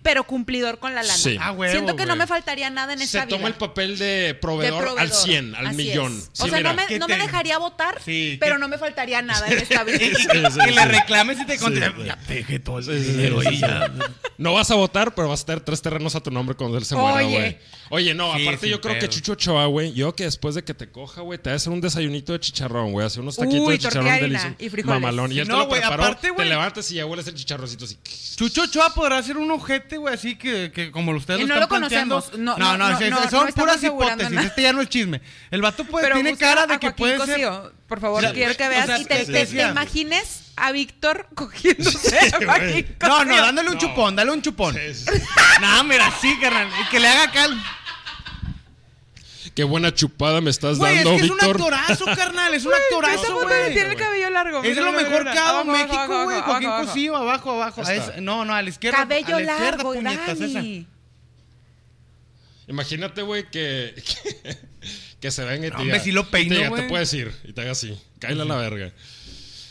[SPEAKER 3] pero cumplidor con la lana.
[SPEAKER 2] Sí.
[SPEAKER 4] Ah, huevo,
[SPEAKER 3] siento que no
[SPEAKER 4] güey.
[SPEAKER 3] me faltaría nada en esta
[SPEAKER 2] se toma
[SPEAKER 3] vida.
[SPEAKER 2] el papel de
[SPEAKER 3] de
[SPEAKER 2] proveedor, al 100, al
[SPEAKER 3] Así
[SPEAKER 2] millón.
[SPEAKER 3] es.
[SPEAKER 2] Sí,
[SPEAKER 3] o sea,
[SPEAKER 2] mira.
[SPEAKER 3] no, me,
[SPEAKER 4] ¿Qué
[SPEAKER 3] no me
[SPEAKER 4] te-
[SPEAKER 3] dejaría votar,
[SPEAKER 4] Sí,
[SPEAKER 3] pero
[SPEAKER 4] ¿qué-
[SPEAKER 3] no me faltaría nada en esta vida.
[SPEAKER 4] Y- y-
[SPEAKER 2] sí,
[SPEAKER 4] Que le
[SPEAKER 2] sí.
[SPEAKER 4] reclames y te contestes.
[SPEAKER 2] güey.
[SPEAKER 4] Ya te dejé todo el
[SPEAKER 2] Sí, sí, sí,
[SPEAKER 4] dinero
[SPEAKER 2] sí,
[SPEAKER 4] ahí,
[SPEAKER 2] sí.
[SPEAKER 4] ya.
[SPEAKER 2] No vas a votar, pero vas a tener tres terrenos a tu nombre cuando él se muera,
[SPEAKER 3] Oye.
[SPEAKER 2] güey. Oye, no,
[SPEAKER 4] Sí,
[SPEAKER 2] aparte
[SPEAKER 4] sin
[SPEAKER 2] yo creo que
[SPEAKER 4] pedo.
[SPEAKER 2] Chucho Ochoa, güey, yo que después de que te coja, güey, te va a hacer un desayunito de chicharrón, güey, hacer unos taquitos
[SPEAKER 3] Uy,
[SPEAKER 2] de chicharrón
[SPEAKER 3] tortilla de harina
[SPEAKER 2] delicioso.
[SPEAKER 3] y frijoles.
[SPEAKER 2] Mamalón. Y él
[SPEAKER 4] No,
[SPEAKER 2] te lo
[SPEAKER 4] güey,
[SPEAKER 2] preparó,
[SPEAKER 4] aparte,
[SPEAKER 2] te
[SPEAKER 4] güey.
[SPEAKER 2] levantas y ya hueles el chicharroncito así.
[SPEAKER 4] Chucho Ochoa podrá ser un ojete, güey, así que, que como ustedes
[SPEAKER 3] Y
[SPEAKER 4] lo
[SPEAKER 3] no
[SPEAKER 4] están
[SPEAKER 3] lo conocemos.
[SPEAKER 4] planteando.
[SPEAKER 3] No, no,
[SPEAKER 4] sí,
[SPEAKER 3] no,
[SPEAKER 4] sí,
[SPEAKER 3] no,
[SPEAKER 4] son
[SPEAKER 3] no estamos
[SPEAKER 4] puras
[SPEAKER 3] asegurando
[SPEAKER 4] hipótesis.
[SPEAKER 3] nada.
[SPEAKER 4] Este ya no es chisme. El vato puede, pues, tiene
[SPEAKER 3] busca
[SPEAKER 4] cara
[SPEAKER 3] a
[SPEAKER 4] de que
[SPEAKER 3] Joaquín
[SPEAKER 4] puede ser.
[SPEAKER 3] Cosío, por favor,
[SPEAKER 4] Mira,
[SPEAKER 3] quiero que
[SPEAKER 4] o
[SPEAKER 3] veas
[SPEAKER 4] sea,
[SPEAKER 3] y te,
[SPEAKER 4] te
[SPEAKER 3] te- te
[SPEAKER 4] decía-
[SPEAKER 3] imagines a Víctor cogiéndose a Joaquín
[SPEAKER 4] No, no,
[SPEAKER 3] Cosío.
[SPEAKER 4] dándole un
[SPEAKER 2] No.
[SPEAKER 4] chupón, dale un chupón. No, mira, sí, carnal. Y que le haga cal.
[SPEAKER 2] Qué buena chupada me estás
[SPEAKER 4] Güey, es
[SPEAKER 2] Pues dando,
[SPEAKER 4] que es un
[SPEAKER 2] Víctor.
[SPEAKER 4] actorazo, carnal. Es un
[SPEAKER 3] Güey, esa
[SPEAKER 4] actorazo,
[SPEAKER 3] foto le
[SPEAKER 4] güey.
[SPEAKER 3] tiene el cabello largo.
[SPEAKER 4] Es de
[SPEAKER 3] mira,
[SPEAKER 4] lo
[SPEAKER 3] mira,
[SPEAKER 4] mejor
[SPEAKER 3] mira.
[SPEAKER 4] que ha dado
[SPEAKER 3] Abajo, abajo,
[SPEAKER 4] México, güey.
[SPEAKER 3] abajo,
[SPEAKER 4] Joaquín
[SPEAKER 3] abajo, abajo.
[SPEAKER 4] Cosío, abajo, abajo.
[SPEAKER 2] Ahí está.
[SPEAKER 4] A esa- no, no, a la izquierda.
[SPEAKER 3] Cabello
[SPEAKER 4] a la izquierda,
[SPEAKER 3] largo,
[SPEAKER 4] puñetas, esa.
[SPEAKER 3] Dani.
[SPEAKER 2] Imagínate, güey, que, que, que se ven y te
[SPEAKER 4] No, hombre, sí lo
[SPEAKER 2] y te
[SPEAKER 4] peino,
[SPEAKER 2] diga,
[SPEAKER 4] güey.
[SPEAKER 2] te puedes ir y te haga así. Cállala a la verga.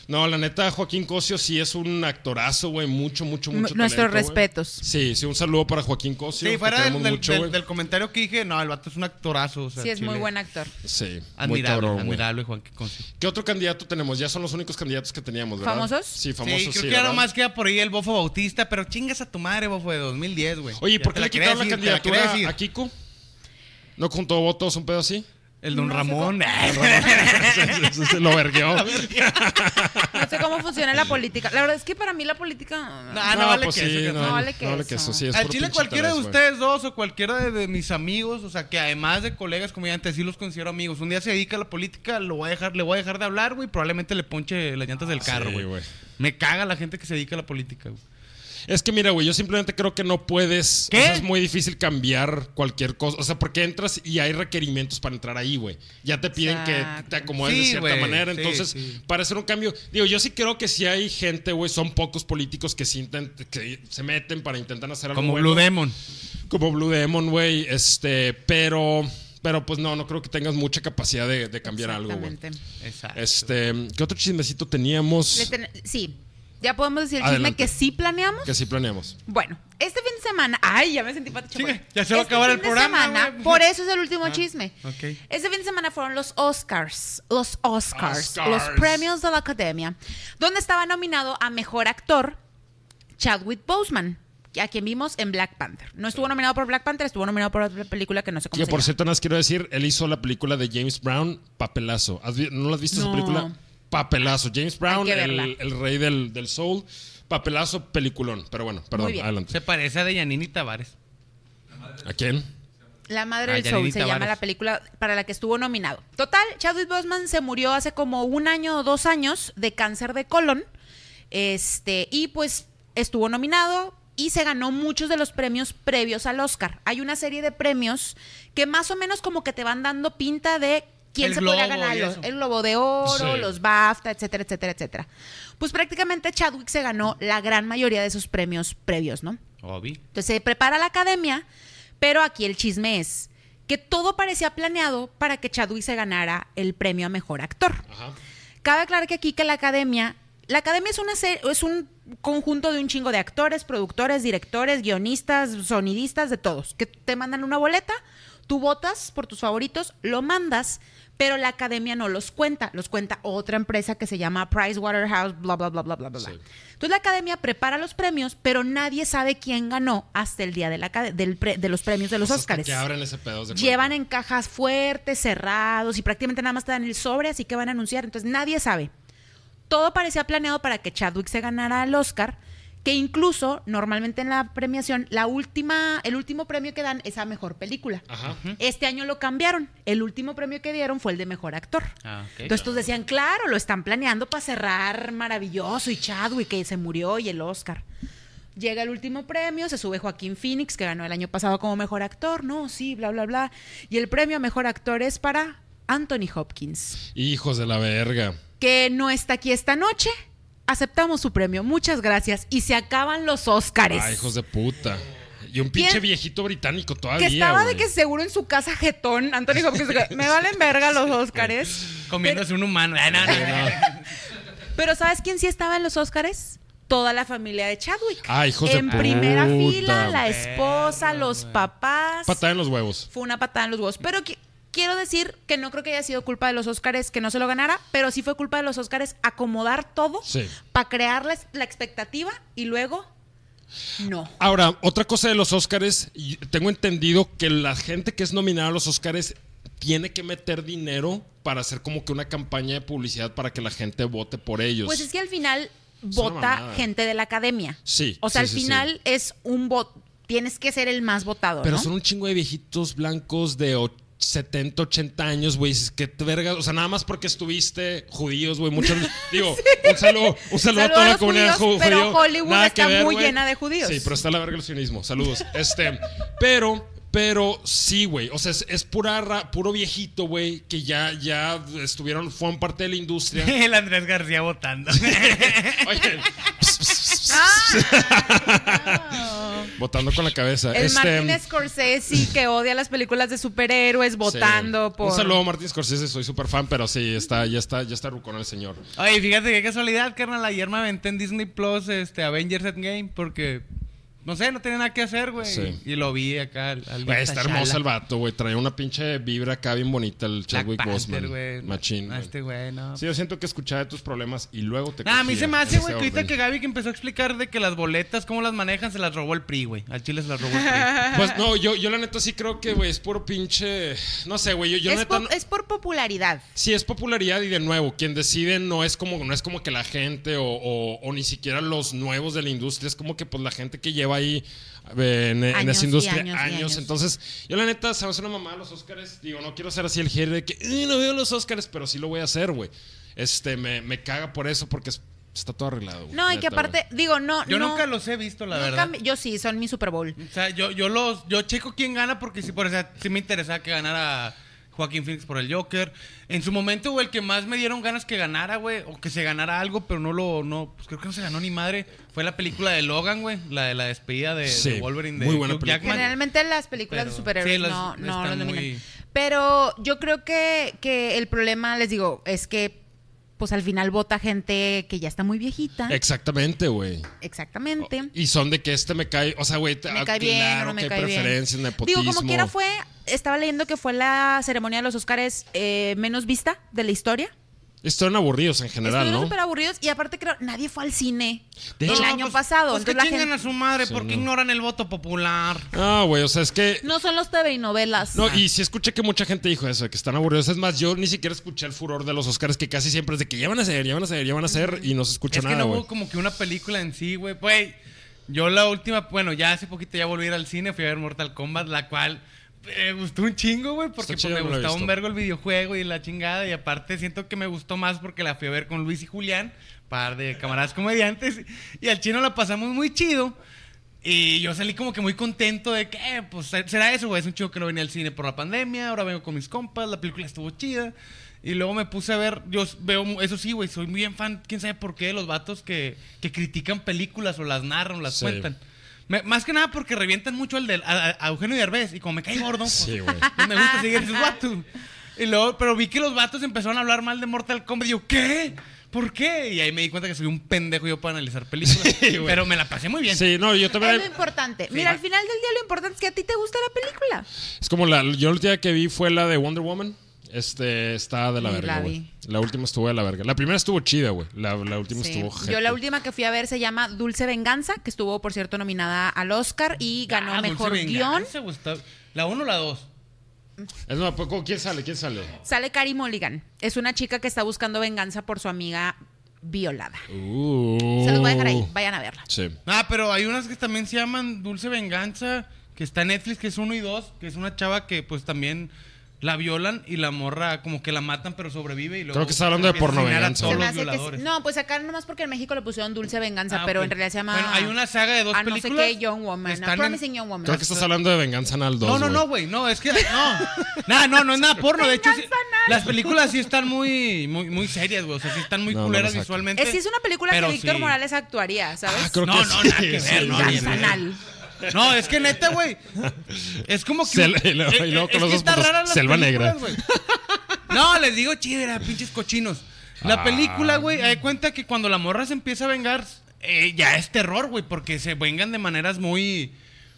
[SPEAKER 2] No, la neta, Joaquín Cosio sí es un actorazo, güey. Mucho, mucho, mucho.
[SPEAKER 3] M- nuestros
[SPEAKER 2] talento, güey.
[SPEAKER 3] respetos.
[SPEAKER 2] Sí, sí, un saludo para Joaquín Cosio.
[SPEAKER 4] Sí, fuera
[SPEAKER 2] que
[SPEAKER 4] del,
[SPEAKER 2] queremos
[SPEAKER 4] del-
[SPEAKER 2] mucho,
[SPEAKER 4] del-
[SPEAKER 2] güey.
[SPEAKER 4] del comentario que dije, no, el vato es un actorazo. o sea,
[SPEAKER 3] Sí, es muy
[SPEAKER 4] chile.
[SPEAKER 3] buen actor.
[SPEAKER 2] Sí, muy
[SPEAKER 4] Admirable,
[SPEAKER 2] cabrón, güey.
[SPEAKER 4] admirable, Juan, que consigue.
[SPEAKER 2] ¿Qué otro candidato tenemos? Ya son los únicos candidatos que teníamos, ¿verdad?
[SPEAKER 3] ¿Famosos?
[SPEAKER 2] Sí, famosos.
[SPEAKER 4] Sí,
[SPEAKER 2] Sí,
[SPEAKER 4] creo que ya
[SPEAKER 2] ¿verdad?
[SPEAKER 4] nomás queda por ahí el Bofo Bautista, pero chingas a tu madre, Bofo, de 2010, güey.
[SPEAKER 2] Oye,
[SPEAKER 4] Ya
[SPEAKER 2] ¿por
[SPEAKER 4] te
[SPEAKER 2] qué le
[SPEAKER 4] quería
[SPEAKER 2] quitaron la
[SPEAKER 4] decir, te quería
[SPEAKER 2] candidatura
[SPEAKER 4] decir.
[SPEAKER 2] a Kiko? ¿No contó votos, un pedo así?
[SPEAKER 4] El Don
[SPEAKER 3] No sé
[SPEAKER 4] Ramón.
[SPEAKER 2] Se lo vergueó.
[SPEAKER 3] No sé cómo funciona la política. La verdad es que para mí la política...
[SPEAKER 4] No, Ah, vale
[SPEAKER 2] pues
[SPEAKER 4] que
[SPEAKER 2] sí,
[SPEAKER 4] eso, que
[SPEAKER 2] no,
[SPEAKER 3] no vale que
[SPEAKER 2] no vale
[SPEAKER 3] eso.
[SPEAKER 2] que eso. Sí, es
[SPEAKER 4] Al
[SPEAKER 2] puro
[SPEAKER 4] chile
[SPEAKER 2] pinche
[SPEAKER 4] cualquiera de
[SPEAKER 2] interés, güey.
[SPEAKER 4] ustedes dos o cualquiera de, de mis amigos, o sea, que además de colegas comediantes sí los considero amigos. Un día se dedica a la política, lo voy a dejar, le voy a dejar de hablar, güey, probablemente le ponche las llantas del carro,
[SPEAKER 2] Ah, sí,
[SPEAKER 4] güey.
[SPEAKER 2] güey.
[SPEAKER 4] Me caga la gente que se dedica a la política, güey.
[SPEAKER 2] Es que mira, güey, yo simplemente creo que no puedes.
[SPEAKER 4] ¿Qué?
[SPEAKER 2] o sea, es muy difícil cambiar cualquier cosa. O sea, porque entras y hay requerimientos para entrar ahí, güey. Ya te piden que
[SPEAKER 3] Exacto.
[SPEAKER 2] te acomodes de
[SPEAKER 4] Sí,
[SPEAKER 2] cierta
[SPEAKER 4] güey,
[SPEAKER 2] manera.
[SPEAKER 4] sí,
[SPEAKER 2] Entonces,
[SPEAKER 4] sí.
[SPEAKER 2] para hacer un cambio. Digo, yo sí creo que si hay gente, güey, son pocos políticos que, sí intent- que se meten para intentar hacer algo.
[SPEAKER 4] Como
[SPEAKER 2] bueno.
[SPEAKER 4] Blue Demon.
[SPEAKER 2] Como Blue Demon, güey. Este, pero. pero pues no, no creo que tengas mucha capacidad de, de cambiar algo, güey.
[SPEAKER 3] Exactamente.
[SPEAKER 4] Exacto.
[SPEAKER 2] Este, ¿qué otro chismecito teníamos
[SPEAKER 3] Le ten- sí, ya podemos decir el chisme
[SPEAKER 2] Adelante.
[SPEAKER 3] que sí planeamos.
[SPEAKER 2] que sí planeamos?
[SPEAKER 3] Bueno, este fin de semana. Ay, ya me sentí pata chapoy.
[SPEAKER 4] Chinga, ya se va a
[SPEAKER 3] Este
[SPEAKER 4] acabar
[SPEAKER 3] fin
[SPEAKER 4] el
[SPEAKER 3] de
[SPEAKER 4] programa,
[SPEAKER 3] semana,
[SPEAKER 4] güey. Ah,
[SPEAKER 3] por eso es el último chisme.
[SPEAKER 4] ok.
[SPEAKER 3] Este fin de semana fueron los Oscars. Los Oscars,
[SPEAKER 2] Oscars.
[SPEAKER 3] Los premios de la academia. Donde estaba nominado a mejor actor Chadwick Boseman. A quien vimos en Black Panther. No estuvo nominado por Black Panther, estuvo nominado por otra película que no sé cómo
[SPEAKER 2] Que
[SPEAKER 3] se
[SPEAKER 2] por
[SPEAKER 3] llama.
[SPEAKER 2] cierto, nada más quiero decir, él hizo la película de James Brown, Papelazo. ¿Has vi- ¿No la has visto esa
[SPEAKER 3] No.
[SPEAKER 2] película? Papelazo. James Brown,
[SPEAKER 3] que verla.
[SPEAKER 2] el, el rey del, del soul. Papelazo, peliculón. Pero bueno, perdón,
[SPEAKER 3] Muy bien.
[SPEAKER 2] adelante.
[SPEAKER 4] Se parece a Deyanini Tavares.
[SPEAKER 2] ¿A quién?
[SPEAKER 3] La madre
[SPEAKER 4] Ah,
[SPEAKER 3] del
[SPEAKER 4] Yanini
[SPEAKER 3] soul se llama
[SPEAKER 4] Tavares.
[SPEAKER 3] la película para la que estuvo nominado. Total, Chadwick Boseman se murió hace como un año o dos años de cáncer de colon. Este, y pues estuvo nominado y se ganó muchos de los premios previos al Oscar. Hay una serie de premios que más o menos como que te van dando pinta de quién
[SPEAKER 4] El
[SPEAKER 3] se podrá
[SPEAKER 4] Globo y
[SPEAKER 3] ganar.
[SPEAKER 4] eso.
[SPEAKER 3] el Globo de Oro,
[SPEAKER 2] Sí.
[SPEAKER 3] los BAFTA, etcétera, etcétera, etcétera. Pues prácticamente Chadwick se ganó la gran mayoría de esos premios previos, ¿no?
[SPEAKER 4] Obi.
[SPEAKER 3] Entonces se prepara la academia, pero aquí el chisme es que todo parecía planeado para que Chadwick se ganara el premio a mejor actor.
[SPEAKER 2] Ajá.
[SPEAKER 3] Cabe aclarar que aquí que la academia, la academia es una se- es un conjunto de un chingo de actores, productores, directores, guionistas, sonidistas, de todos, que te mandan una boleta, tú votas por tus favoritos, lo mandas, pero la academia no los cuenta, los cuenta otra empresa que se llama Pricewaterhouse, bla bla bla bla bla bla. bla.
[SPEAKER 2] Sí.
[SPEAKER 3] Entonces la academia prepara los premios, pero nadie sabe quién ganó hasta el día de, la, acad- del pre- de los premios de los
[SPEAKER 2] Pues hasta
[SPEAKER 3] Oscars
[SPEAKER 2] Que abren ese pedo. haz de
[SPEAKER 3] llevan
[SPEAKER 2] cuenta.
[SPEAKER 3] en cajas fuertes, cerrados y prácticamente nada más te dan el sobre, así que van a anunciar. Entonces nadie sabe. Todo parecía planeado para que Chadwick se ganara el Oscar, que incluso normalmente en la premiación la última, el último premio que dan es a mejor película.
[SPEAKER 2] Ajá.
[SPEAKER 3] Este año lo cambiaron. El último premio que dieron fue el de mejor actor.
[SPEAKER 4] Ah, ok.
[SPEAKER 3] Entonces estos decían, claro, lo están planeando para cerrar maravilloso y Chadwick que se murió y el Oscar. Llega el último premio, se sube Joaquín Phoenix, que ganó el año pasado como mejor actor, no, sí, bla, bla, bla. Y el premio a mejor actor es para Anthony Hopkins,
[SPEAKER 2] Hijos de la verga.
[SPEAKER 3] que no está aquí esta noche. Aceptamos su premio, muchas gracias. Y se acaban los Óscares.
[SPEAKER 2] Ah, hijos de puta. Y un pinche
[SPEAKER 3] ¿Quién?
[SPEAKER 2] viejito británico
[SPEAKER 3] que
[SPEAKER 2] todavía.
[SPEAKER 3] estaba de
[SPEAKER 2] güey.
[SPEAKER 3] que seguro en su casa jetón, Anthony Hopkins, me valen verga los Óscares.
[SPEAKER 4] Comiéndose un humano. Ah, no, no, no.
[SPEAKER 3] Pero ¿sabes quién sí estaba en los Óscares? Toda la familia de Chadwick.
[SPEAKER 2] Ah, hijos de
[SPEAKER 3] En primera
[SPEAKER 2] puta,
[SPEAKER 3] fila, la
[SPEAKER 2] güey.
[SPEAKER 3] esposa, los papás.
[SPEAKER 2] Patada en los huevos.
[SPEAKER 3] Fue una patada en los huevos. Pero qui- quiero decir que no creo que haya sido culpa de los Óscares que no se lo ganara, pero sí fue culpa de los Óscares acomodar todo
[SPEAKER 2] Sí.
[SPEAKER 3] para crear la, la expectativa y luego no.
[SPEAKER 2] Ahora, otra cosa de los Óscares, y tengo entendido que la gente que es nominada a los Óscares tiene que meter dinero para hacer como que una campaña de publicidad para que la gente vote por ellos.
[SPEAKER 3] Pues es que al final
[SPEAKER 2] Es una
[SPEAKER 3] vota
[SPEAKER 2] mamada.
[SPEAKER 3] gente de la academia.
[SPEAKER 2] Sí,
[SPEAKER 3] O
[SPEAKER 2] sí,
[SPEAKER 3] sea, al
[SPEAKER 2] sí, sí.
[SPEAKER 3] final es un voto. Tienes que ser el más votado.
[SPEAKER 2] Pero
[SPEAKER 3] ¿no?
[SPEAKER 2] son un chingo de viejitos blancos de och- 70, 80 años, güey. Dices, qué te vergas. O sea, nada más porque estuviste judíos, güey. Muchos. digo, un saludo, un saludo a
[SPEAKER 3] Saludo
[SPEAKER 2] toda
[SPEAKER 3] a
[SPEAKER 2] la
[SPEAKER 3] los
[SPEAKER 2] comunidad
[SPEAKER 3] judíos,
[SPEAKER 2] judía.
[SPEAKER 3] pero Hollywood está muy llena de judíos.
[SPEAKER 2] Sí, pero está la verga el sionismo. Saludos. Este. Pero. Pero sí, güey. O sea, es, es pura ra- puro viejito, güey, que ya, ya estuvieron, fueron parte de la industria.
[SPEAKER 4] El Andrés García votando.
[SPEAKER 2] Oye,
[SPEAKER 3] Ah.
[SPEAKER 2] votando con la cabeza.
[SPEAKER 3] El
[SPEAKER 2] este,
[SPEAKER 3] Martin Scorsese que odia las películas de superhéroes votando
[SPEAKER 2] Sí.
[SPEAKER 3] por.
[SPEAKER 2] Un saludo a Martín Scorsese, soy súper fan, pero sí, está, ya está, ya está rucón el señor.
[SPEAKER 4] Oye, fíjate qué casualidad, carnal. Ayer me aventé en Disney Plus este, Avengers Endgame porque, no sé, no tenía nada que hacer, güey.
[SPEAKER 2] Sí.
[SPEAKER 4] Y lo vi acá. Al, al
[SPEAKER 2] Güey, está hermoso el
[SPEAKER 4] T'Challa.
[SPEAKER 2] vato, güey. Trae una pinche vibra acá bien bonita el
[SPEAKER 4] Black
[SPEAKER 2] Chadwick
[SPEAKER 4] Panther,
[SPEAKER 2] Boseman.
[SPEAKER 4] güey.
[SPEAKER 2] Machín.
[SPEAKER 4] No,
[SPEAKER 2] güey.
[SPEAKER 4] este güey, no.
[SPEAKER 2] Sí, yo siento que escuchaba de tus problemas y luego te
[SPEAKER 4] Nah, a mí
[SPEAKER 2] cogía
[SPEAKER 4] se me
[SPEAKER 2] en
[SPEAKER 4] hace,
[SPEAKER 2] ese
[SPEAKER 4] güey, que ahorita
[SPEAKER 2] orden.
[SPEAKER 4] que Gaby que empezó a explicar de que las boletas, cómo las manejan, se las robó el PRI, güey. Al Chile se las robó el PRI.
[SPEAKER 2] Pues no, yo, yo la neta sí creo que, güey, es puro pinche. No sé, güey. Yo, yo
[SPEAKER 3] es,
[SPEAKER 2] neta.
[SPEAKER 3] po-
[SPEAKER 2] no-
[SPEAKER 3] es por popularidad.
[SPEAKER 2] Sí, es popularidad y de nuevo, quien decide no es como, no es como que la gente o, o- o ni siquiera los nuevos de la industria, es como que pues la gente que lleva ahí eh, en, en
[SPEAKER 3] Años
[SPEAKER 2] esa
[SPEAKER 3] y
[SPEAKER 2] industria
[SPEAKER 3] años
[SPEAKER 2] años,
[SPEAKER 3] y años.
[SPEAKER 2] Entonces, yo la neta, se me hace una mamá los Óscares, digo, no quiero ser así el jefe de que "Eh, no veo los Óscares, pero sí lo voy a hacer, güey. Este, me, me caga por eso porque es- está todo arreglado. güey,
[SPEAKER 3] No, y
[SPEAKER 2] neta,
[SPEAKER 3] que aparte,
[SPEAKER 2] güey.
[SPEAKER 3] digo, no.
[SPEAKER 4] Yo
[SPEAKER 3] no,
[SPEAKER 4] nunca los he visto, la
[SPEAKER 3] nunca
[SPEAKER 4] verdad.
[SPEAKER 3] me- yo sí, son mi Super Bowl.
[SPEAKER 4] O sea, yo, yo los, yo checo quién gana porque sí, por, o sea, sí me interesaba que ganara Joaquín Phoenix por el Joker. En su momento, güey, el que más me dieron ganas que ganara, güey, o que se ganara algo, pero no lo, no, pues creo que no se ganó ni madre. Fue la película de Logan, güey, la de la despedida de, de
[SPEAKER 2] Sí,
[SPEAKER 4] Wolverine de
[SPEAKER 2] muy buena
[SPEAKER 4] Hugh
[SPEAKER 2] película.
[SPEAKER 4] Jackman.
[SPEAKER 3] Generalmente las películas
[SPEAKER 4] Pero-
[SPEAKER 3] de superhéroes
[SPEAKER 4] sí, las-
[SPEAKER 3] no, no
[SPEAKER 4] están
[SPEAKER 3] los nominan.
[SPEAKER 4] muy-
[SPEAKER 3] Pero yo creo que, que el problema, les digo, es que pues al final vota gente que ya está muy viejita.
[SPEAKER 2] Exactamente, güey.
[SPEAKER 3] Exactamente.
[SPEAKER 2] Y son de que este me cae, o sea, güey,
[SPEAKER 3] me
[SPEAKER 2] ah,
[SPEAKER 3] cae bien
[SPEAKER 2] claro
[SPEAKER 3] o no me
[SPEAKER 2] que hay
[SPEAKER 3] cae bien.
[SPEAKER 2] preferencias, nepotismo.
[SPEAKER 3] Digo, como quiera fue, estaba leyendo que fue la ceremonia de los Oscars menos vista de la historia.
[SPEAKER 2] Están aburridos en general,
[SPEAKER 3] Estuvieron
[SPEAKER 2] ¿no?
[SPEAKER 3] súper aburridos y aparte creo, nadie fue al cine
[SPEAKER 2] De
[SPEAKER 3] el
[SPEAKER 2] hecho-
[SPEAKER 3] año
[SPEAKER 4] pues-
[SPEAKER 3] pasado.
[SPEAKER 4] Pues que
[SPEAKER 3] Entonces la
[SPEAKER 4] chingan
[SPEAKER 3] gente-
[SPEAKER 4] a su madre
[SPEAKER 2] Sí,
[SPEAKER 4] porque
[SPEAKER 2] no.
[SPEAKER 4] ignoran el voto popular.
[SPEAKER 2] Ah, güey, o sea, es que
[SPEAKER 3] No son los TV y novelas.
[SPEAKER 2] No, y sí escuché que mucha gente dijo eso, de que están aburridos. Es más, yo ni siquiera escuché el furor de los Oscars, que casi siempre es de que ya van a ser, ya van a ser, ya van a ser, y no se escucha
[SPEAKER 4] es que
[SPEAKER 2] nada,
[SPEAKER 4] no
[SPEAKER 2] güey.
[SPEAKER 4] hubo como que una película en sí, güey. Güey, yo la última, bueno, ya hace poquito ya volví a ir al cine, fui a ver Mortal Kombat, la cual me gustó un chingo, güey, porque
[SPEAKER 2] Está chido,
[SPEAKER 4] pues,
[SPEAKER 2] no
[SPEAKER 4] me
[SPEAKER 2] la he
[SPEAKER 4] gustaba un
[SPEAKER 2] visto.
[SPEAKER 4] vergo el videojuego y la chingada. Y aparte siento que me gustó más porque la fui a ver con Luis y Julián, par de camaradas comediantes. Y al chino la pasamos muy chido. Y yo salí como que muy contento de que, eh, pues, será eso, güey. Es un chico que no venía al cine por la pandemia, ahora vengo con mis compas, la película estuvo chida. Y luego me puse a ver, yo veo, mu- eso sí, güey, soy muy bien fan, quién sabe por qué, de los vatos que, que critican películas o las narran o las
[SPEAKER 2] Sí.
[SPEAKER 4] cuentan. Me- más que nada porque revientan mucho al del, a, a- a Eugenio Derbez y como me cae gordo, pues,
[SPEAKER 2] Sí, güey.
[SPEAKER 4] pues me gusta seguir esos vatos. Y luego, pero vi que los vatos empezaron a hablar mal de Mortal Kombat y yo, ¿qué? ¿Por qué? Y ahí me di cuenta que soy un pendejo yo para analizar películas.
[SPEAKER 2] Sí, güey.
[SPEAKER 4] pero me la pasé muy bien.
[SPEAKER 2] Sí, no, yo
[SPEAKER 3] Es lo
[SPEAKER 2] también.
[SPEAKER 3] importante.
[SPEAKER 4] Sí.
[SPEAKER 3] Mira, al final del día lo importante es que a ti te gusta la película.
[SPEAKER 2] Es como la. Yo la última que vi fue la de Wonder Woman. Este está de la
[SPEAKER 3] Ni
[SPEAKER 2] verga,
[SPEAKER 3] la
[SPEAKER 2] güey.
[SPEAKER 3] vi.
[SPEAKER 2] La última estuvo de la verga. La primera estuvo chida, güey. La, la última
[SPEAKER 3] Sí.
[SPEAKER 2] estuvo
[SPEAKER 3] Yo
[SPEAKER 2] jeta.
[SPEAKER 3] la última que fui a ver se llama Dulce Venganza, que estuvo, por cierto, nominada al Oscar y ganó
[SPEAKER 4] Ah, Dulce
[SPEAKER 3] Mejor
[SPEAKER 4] Venganza,
[SPEAKER 3] Guión.
[SPEAKER 4] güey, está- ¿La 1 o la 2?
[SPEAKER 2] Es más, ¿cómo- ¿Quién sale? ¿Quién sale?
[SPEAKER 3] Sale Cari Mulligan. Es una chica que está buscando venganza por su amiga violada.
[SPEAKER 2] Uh.
[SPEAKER 3] Se los voy a dejar ahí. Vayan a verla.
[SPEAKER 2] Sí.
[SPEAKER 4] Ah, pero hay unas que también se llaman Dulce Venganza, que está en Netflix, que es uno y dos, que es una chava que pues también la violan y la morra como que la matan pero sobrevive y luego...
[SPEAKER 2] Creo que está hablando de
[SPEAKER 4] empieza a asesinar a
[SPEAKER 2] pornovenganza.
[SPEAKER 4] todos
[SPEAKER 3] Se me
[SPEAKER 4] los
[SPEAKER 3] hace que sí.
[SPEAKER 4] violadores.
[SPEAKER 3] No, pues acá nomás porque en México le pusieron Dulce Venganza,
[SPEAKER 4] Ah,
[SPEAKER 3] pero
[SPEAKER 4] ok.
[SPEAKER 3] en realidad se llama.
[SPEAKER 4] Bueno, hay una saga de dos
[SPEAKER 3] a
[SPEAKER 4] películas.
[SPEAKER 3] no sé qué, Young Woman.
[SPEAKER 4] que
[SPEAKER 3] a
[SPEAKER 4] están en-
[SPEAKER 3] Promising Young Woman.
[SPEAKER 2] Creo que estás hablando de Venganza Anal 2.
[SPEAKER 4] No, no, no, güey, no, es que no. Nada, no, no es nada porno, de hecho sí- las películas sí están muy muy muy serias, güey, o sea, sí están muy
[SPEAKER 2] No, no lo
[SPEAKER 4] culeras
[SPEAKER 2] saco.
[SPEAKER 4] visualmente.
[SPEAKER 3] Es, Eh, sí, es una película
[SPEAKER 4] pero
[SPEAKER 3] que Víctor
[SPEAKER 4] sí.
[SPEAKER 3] Morales actuaría, ¿sabes?
[SPEAKER 2] Ah, creo
[SPEAKER 4] No,
[SPEAKER 2] que
[SPEAKER 4] no,
[SPEAKER 2] sí,
[SPEAKER 4] nada que
[SPEAKER 2] sí,
[SPEAKER 4] ver, no,
[SPEAKER 2] sí,
[SPEAKER 4] ni
[SPEAKER 2] sí.
[SPEAKER 3] Venganza anal.
[SPEAKER 4] No, es que neta, güey. Es como que.
[SPEAKER 2] Se
[SPEAKER 4] un-
[SPEAKER 2] le- y luego- y luego con los
[SPEAKER 4] es que
[SPEAKER 2] dos
[SPEAKER 4] está
[SPEAKER 2] puntos,
[SPEAKER 4] rara las
[SPEAKER 2] selva
[SPEAKER 4] películas,
[SPEAKER 2] negra.
[SPEAKER 4] güey. No, les digo chida, pinches cochinos. La
[SPEAKER 2] Ah.
[SPEAKER 4] película, güey, hay cuenta que cuando la morra se empieza a vengar, eh, ya es terror, güey, porque se vengan de maneras muy.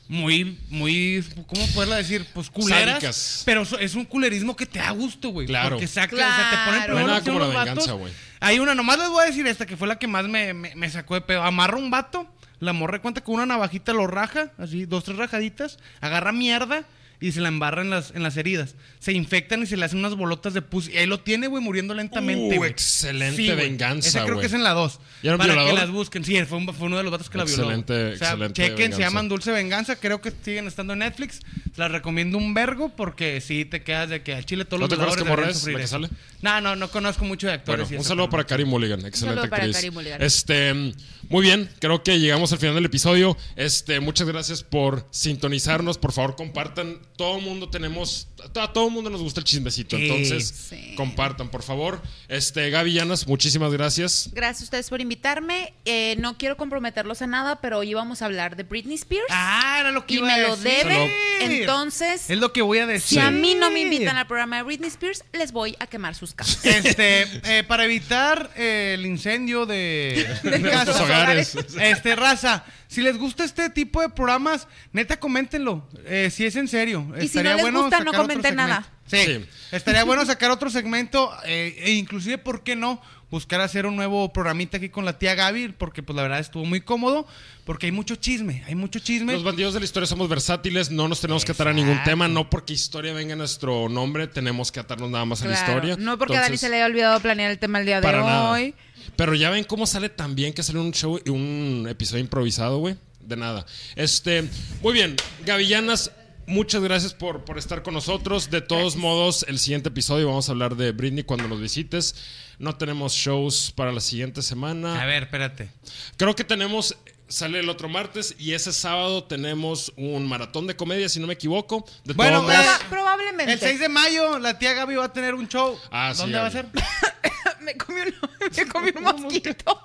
[SPEAKER 4] Muy, muy, ¿cómo poderla decir? Pues culeras.
[SPEAKER 2] Sádicas.
[SPEAKER 4] Pero so- es un culerismo que te da gusto, güey.
[SPEAKER 2] Claro.
[SPEAKER 4] Porque saca, o sea, te ponen
[SPEAKER 3] Claro.
[SPEAKER 2] No hay nada
[SPEAKER 4] problemas
[SPEAKER 2] como
[SPEAKER 4] unos
[SPEAKER 2] la
[SPEAKER 4] vatos.
[SPEAKER 2] venganza, güey.
[SPEAKER 4] Hay una, nomás les voy a decir esta, que fue la que más me, me- me sacó de pedo. Amarra un vato, la morra cuenta con una navajita, lo raja, así, dos, tres rajaditas, agarra mierda y se la embarra en las, en las heridas. Se infectan y se le hacen unas bolotas de pus. Y ahí lo tiene, güey, muriendo lentamente.
[SPEAKER 2] Uh,
[SPEAKER 4] güey.
[SPEAKER 2] excelente
[SPEAKER 4] güey.
[SPEAKER 2] venganza,
[SPEAKER 4] Esa creo
[SPEAKER 2] güey.
[SPEAKER 4] que es en la 2.
[SPEAKER 2] ¿Y era un
[SPEAKER 4] Para que
[SPEAKER 2] violador?
[SPEAKER 4] las busquen. Sí, fue, un- fue uno de los vatos que la violó.
[SPEAKER 2] Excelente,
[SPEAKER 4] güey. O sea,
[SPEAKER 2] excelente
[SPEAKER 4] chequen, se
[SPEAKER 2] venganza.
[SPEAKER 4] llaman Dulce Venganza. Creo que siguen estando en Netflix. Se las recomiendo un vergo porque sí te quedas de que al Chile todos
[SPEAKER 2] ¿No
[SPEAKER 4] los
[SPEAKER 2] te acuerdas
[SPEAKER 4] violadores
[SPEAKER 2] qué morra
[SPEAKER 4] deberían
[SPEAKER 2] es la
[SPEAKER 4] sufrir
[SPEAKER 2] que
[SPEAKER 4] eso.
[SPEAKER 2] sale?
[SPEAKER 4] No, no, no conozco mucho de actores.
[SPEAKER 2] Bueno,
[SPEAKER 4] y
[SPEAKER 2] un
[SPEAKER 4] eso,
[SPEAKER 2] saludo
[SPEAKER 4] pero-
[SPEAKER 2] para Cari Mulligan, excelente
[SPEAKER 3] saludo para
[SPEAKER 2] actriz.
[SPEAKER 3] Cari Mulligan.
[SPEAKER 2] Este, mm, muy bien, creo que llegamos al final del episodio. Este, muchas gracias por sintonizarnos. Por favor, compartan. Todo mundo tenemos, a todo mundo nos gusta el chismecito,
[SPEAKER 4] Sí.
[SPEAKER 2] entonces
[SPEAKER 3] Sí.
[SPEAKER 2] compartan, por favor. Este, Gaby Llanas, muchísimas gracias.
[SPEAKER 3] Gracias a ustedes por invitarme. Eh, no quiero comprometerlos a nada, pero hoy vamos a hablar de Britney Spears.
[SPEAKER 4] Ah, era lo que
[SPEAKER 3] y
[SPEAKER 4] iba
[SPEAKER 3] me
[SPEAKER 4] a
[SPEAKER 3] lo
[SPEAKER 4] decir.
[SPEAKER 3] deben. Entonces,
[SPEAKER 4] Es lo que voy a
[SPEAKER 3] si
[SPEAKER 4] decir.
[SPEAKER 3] a mí no me invitan al programa de Britney Spears, les voy a quemar sus casas.
[SPEAKER 4] Este, eh, para evitar eh, el incendio de, de
[SPEAKER 2] nuestros hogares.
[SPEAKER 4] Este, raza, si les gusta este tipo de programas, neta, coméntenlo. eh, si es en serio.
[SPEAKER 3] Y si no les gusta, no
[SPEAKER 4] sacar otro
[SPEAKER 3] comenten
[SPEAKER 4] segmento.
[SPEAKER 3] nada.
[SPEAKER 4] Sí,
[SPEAKER 2] Sí.
[SPEAKER 4] Estaría bueno sacar otro segmento eh, e inclusive, ¿por qué no? Buscar hacer un nuevo programita aquí con la tía Gaby, porque pues la verdad estuvo muy cómodo, porque hay mucho chisme, hay mucho chisme.
[SPEAKER 2] Los bandidos de la historia somos versátiles, no nos tenemos que atar a ningún
[SPEAKER 4] Exacto.
[SPEAKER 2] tema, no porque historia venga nuestro nombre, tenemos que atarnos nada más a la
[SPEAKER 3] Claro.
[SPEAKER 2] historia.
[SPEAKER 3] No porque a Dani
[SPEAKER 2] Entonces-
[SPEAKER 3] se le haya olvidado planear el tema el día de
[SPEAKER 2] Para nada.
[SPEAKER 3] hoy.
[SPEAKER 2] Pero ya ven cómo sale tan bien que sale un show y un episodio improvisado, güey. De nada. Este, muy bien, Gavillanas. Muchas gracias por, por estar con nosotros. De todos modos, el siguiente episodio vamos a hablar de Britney cuando nos visites. No tenemos shows para la siguiente semana.
[SPEAKER 4] A ver, espérate.
[SPEAKER 2] Creo que tenemos, sale el otro martes y ese sábado tenemos un maratón de comedia, si no me equivoco. De
[SPEAKER 4] Bueno,
[SPEAKER 2] todos
[SPEAKER 4] pues-
[SPEAKER 2] modos-
[SPEAKER 3] Proba- probablemente.
[SPEAKER 4] El 6 de mayo, la tía Gaby va a tener un show.
[SPEAKER 2] Ah, sí,
[SPEAKER 4] ¿Dónde va a
[SPEAKER 2] Gaby.
[SPEAKER 4] ser?
[SPEAKER 3] Me me comió un, me comió un mosquito.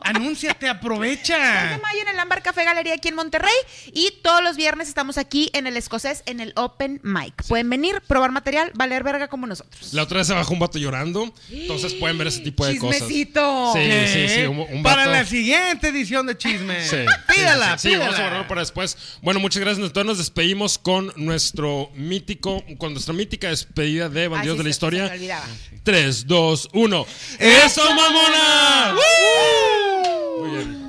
[SPEAKER 4] Anúnciate, aprovecha.
[SPEAKER 3] de mayo en el Ámbar Café Galería aquí en Monterrey y todos los viernes estamos aquí en el Escocés en el Open Mic. Pueden venir, probar material, valer verga como nosotros.
[SPEAKER 2] La otra vez se bajó un vato llorando. Entonces pueden ver ese tipo de cosas. Sí,
[SPEAKER 3] Chismecito.
[SPEAKER 2] sí, sí. Un, un vato.
[SPEAKER 4] Para la siguiente edición de chismes.
[SPEAKER 2] Sí,
[SPEAKER 4] pídala,
[SPEAKER 2] sí, sí. Sí,
[SPEAKER 4] pídala.
[SPEAKER 2] vamos a guardarlo para después. Bueno, muchas gracias. Entonces nos despedimos con nuestro mítico, con nuestra mítica despedida de
[SPEAKER 3] Así
[SPEAKER 2] Bandidos de la
[SPEAKER 3] se-
[SPEAKER 2] Historia.
[SPEAKER 3] se me olvidaba.
[SPEAKER 2] 3, 2, 1. ¡Eso, mamona! Muy bien.